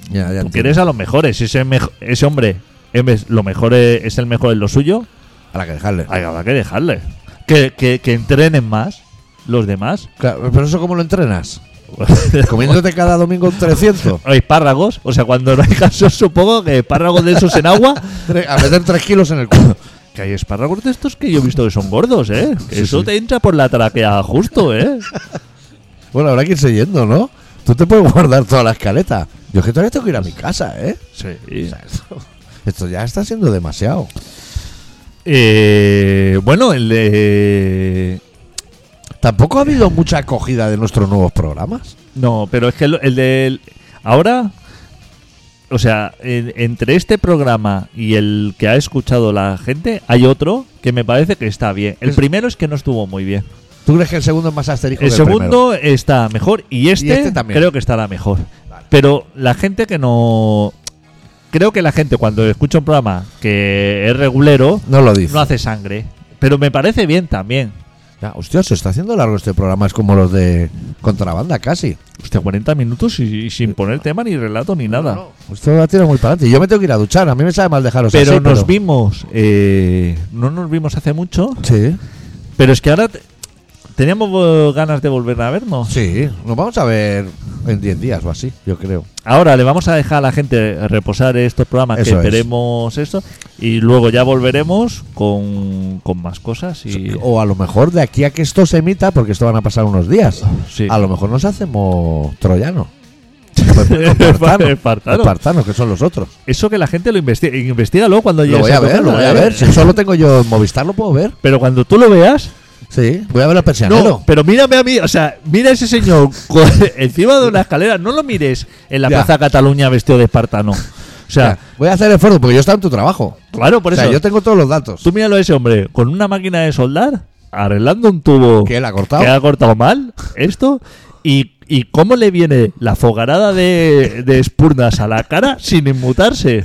Speaker 1: ya, ya.
Speaker 2: tú
Speaker 1: entiendo.
Speaker 2: quieres a los mejores. Si ese, mejo- ese hombre es mes- lo mejor es, es el mejor en lo suyo,
Speaker 1: Habrá que dejarle.
Speaker 2: hay- habrá que dejarle. Que, que- que entrenen más los demás.
Speaker 1: Claro, pero eso cómo lo entrenas? Comiéndote cada domingo un 300.
Speaker 2: O espárragos. O sea, cuando no hay caso, supongo que espárragos de esos en agua.
Speaker 1: Tre- A meter 3 kilos en el culo.
Speaker 2: Que hay espárragos de estos que yo he visto que son gordos, ¿eh? Que
Speaker 1: Sí,
Speaker 2: eso
Speaker 1: sí.
Speaker 2: te entra por la traquea justo, ¿eh?
Speaker 1: Bueno, habrá que irse yendo, ¿no? Tú te puedes guardar toda la escaleta. Yo es que todavía tengo que ir a mi casa, ¿eh?
Speaker 2: Sí.
Speaker 1: Esto ya está siendo demasiado.
Speaker 2: Eh, bueno, el de...
Speaker 1: Tampoco ha habido mucha acogida de nuestros nuevos programas.
Speaker 2: No, pero es que el, el del... Ahora... O sea, en- entre este programa y el que ha escuchado la gente, hay otro que me parece que está bien. El
Speaker 1: Es-
Speaker 2: primero es que no estuvo muy bien.
Speaker 1: ¿Tú crees que el segundo es más asterisco
Speaker 2: El
Speaker 1: que
Speaker 2: segundo está mejor y este,
Speaker 1: este también.
Speaker 2: creo que estará mejor.
Speaker 1: Vale.
Speaker 2: Pero la gente que no... Creo que la gente cuando escucha un programa que es regulero,
Speaker 1: primero? No lo dice.
Speaker 2: no hace sangre. Pero me parece bien también.
Speaker 1: Ya, hostia, se está haciendo largo este programa. Es como los de contrabanda casi.
Speaker 2: Hostia, 40 minutos y, y sin poner tema ni relato ni nada.
Speaker 1: Esto la tira muy para adelante. Yo me tengo que ir a duchar. A mí me sabe mal dejaros
Speaker 2: pero
Speaker 1: así,
Speaker 2: nos vimos, eh, no nos vimos hace mucho,
Speaker 1: Sí.
Speaker 2: pero es que ahora te- teníamos eh, ganas de volver a vernos.
Speaker 1: Sí. Nos vamos a ver en 10 días o así, yo creo.
Speaker 2: Ahora le vamos a dejar a la gente reposar estos programas
Speaker 1: Eso es.
Speaker 2: que veremos esto y luego ya volveremos con, con más cosas y
Speaker 1: O a lo mejor de aquí a que esto se emita, porque esto van a pasar unos días.
Speaker 2: Sí.
Speaker 1: A lo mejor nos hacemos troyano.
Speaker 2: Espartano.
Speaker 1: Espartanos, que son los otros.
Speaker 2: Eso que la gente lo investiga, investigalo cuando
Speaker 1: lo
Speaker 2: llegues
Speaker 1: voy a
Speaker 2: tu
Speaker 1: ver, lo
Speaker 2: casa,
Speaker 1: voy a
Speaker 2: ¿eh?
Speaker 1: ver. Si solo tengo yo en Movistar, lo puedo ver.
Speaker 2: Pero cuando tú lo veas,
Speaker 1: Sí. Voy a ver al persianero.
Speaker 2: No, pero mírame a mí, o sea, mira a ese señor co- encima de una escalera, no lo mires en la
Speaker 1: Ya.
Speaker 2: Plaza Cataluña vestido de espartano. O
Speaker 1: O
Speaker 2: sea,
Speaker 1: sea, voy a hacer esfuerzo porque yo estaba en tu trabajo.
Speaker 2: claro, por
Speaker 1: o sea,
Speaker 2: eso.
Speaker 1: yo tengo todos los datos.
Speaker 2: Tú míralo a ese hombre con una máquina de soldar, arreglando un tubo
Speaker 1: ¿Que él ha cortado?
Speaker 2: que ha cortado mal, esto, y, y cómo le viene la fogarada de, de espurnas a la cara sin inmutarse.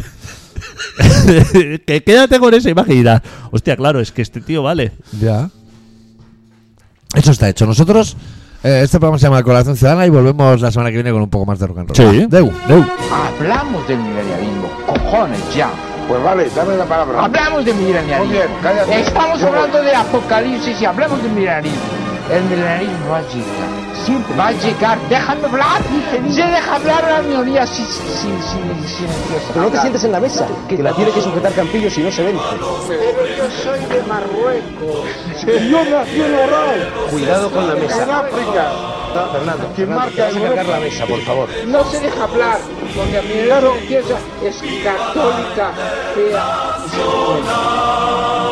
Speaker 2: que quédate con esa imagen y dirás, hostia, claro, es que este tío vale.
Speaker 1: Ya. Eso está hecho. Nosotros, eh, este programa se llama Colaboración Ciudadana y volvemos la semana que viene con un poco más de rock and roll.
Speaker 2: Sí.
Speaker 1: Deu, deu.
Speaker 4: Hablamos del milenialismo, cojones ya.
Speaker 5: Pues vale, dame la palabra.
Speaker 4: Hablamos del milenialismo.
Speaker 5: Muy bien, cállate.
Speaker 4: Estamos
Speaker 5: Yo voy.
Speaker 4: hablando de apocalipsis y hablamos del milenialismo. El milenialismo va a llegar. Siempre va a llegar. Déjame hablar. Se deja hablar a la minoría sin sin sin sin silenciosa.
Speaker 6: Pero no te sientes en la mesa, que la tiene que sujetar Campillo si no se vence.
Speaker 5: Cuidado con la mesa. En África. Fernando, ¿quién marca Europa?
Speaker 6: la mesa, por favor.
Speaker 4: No se deja hablar, porque mi piensa es católica, fea.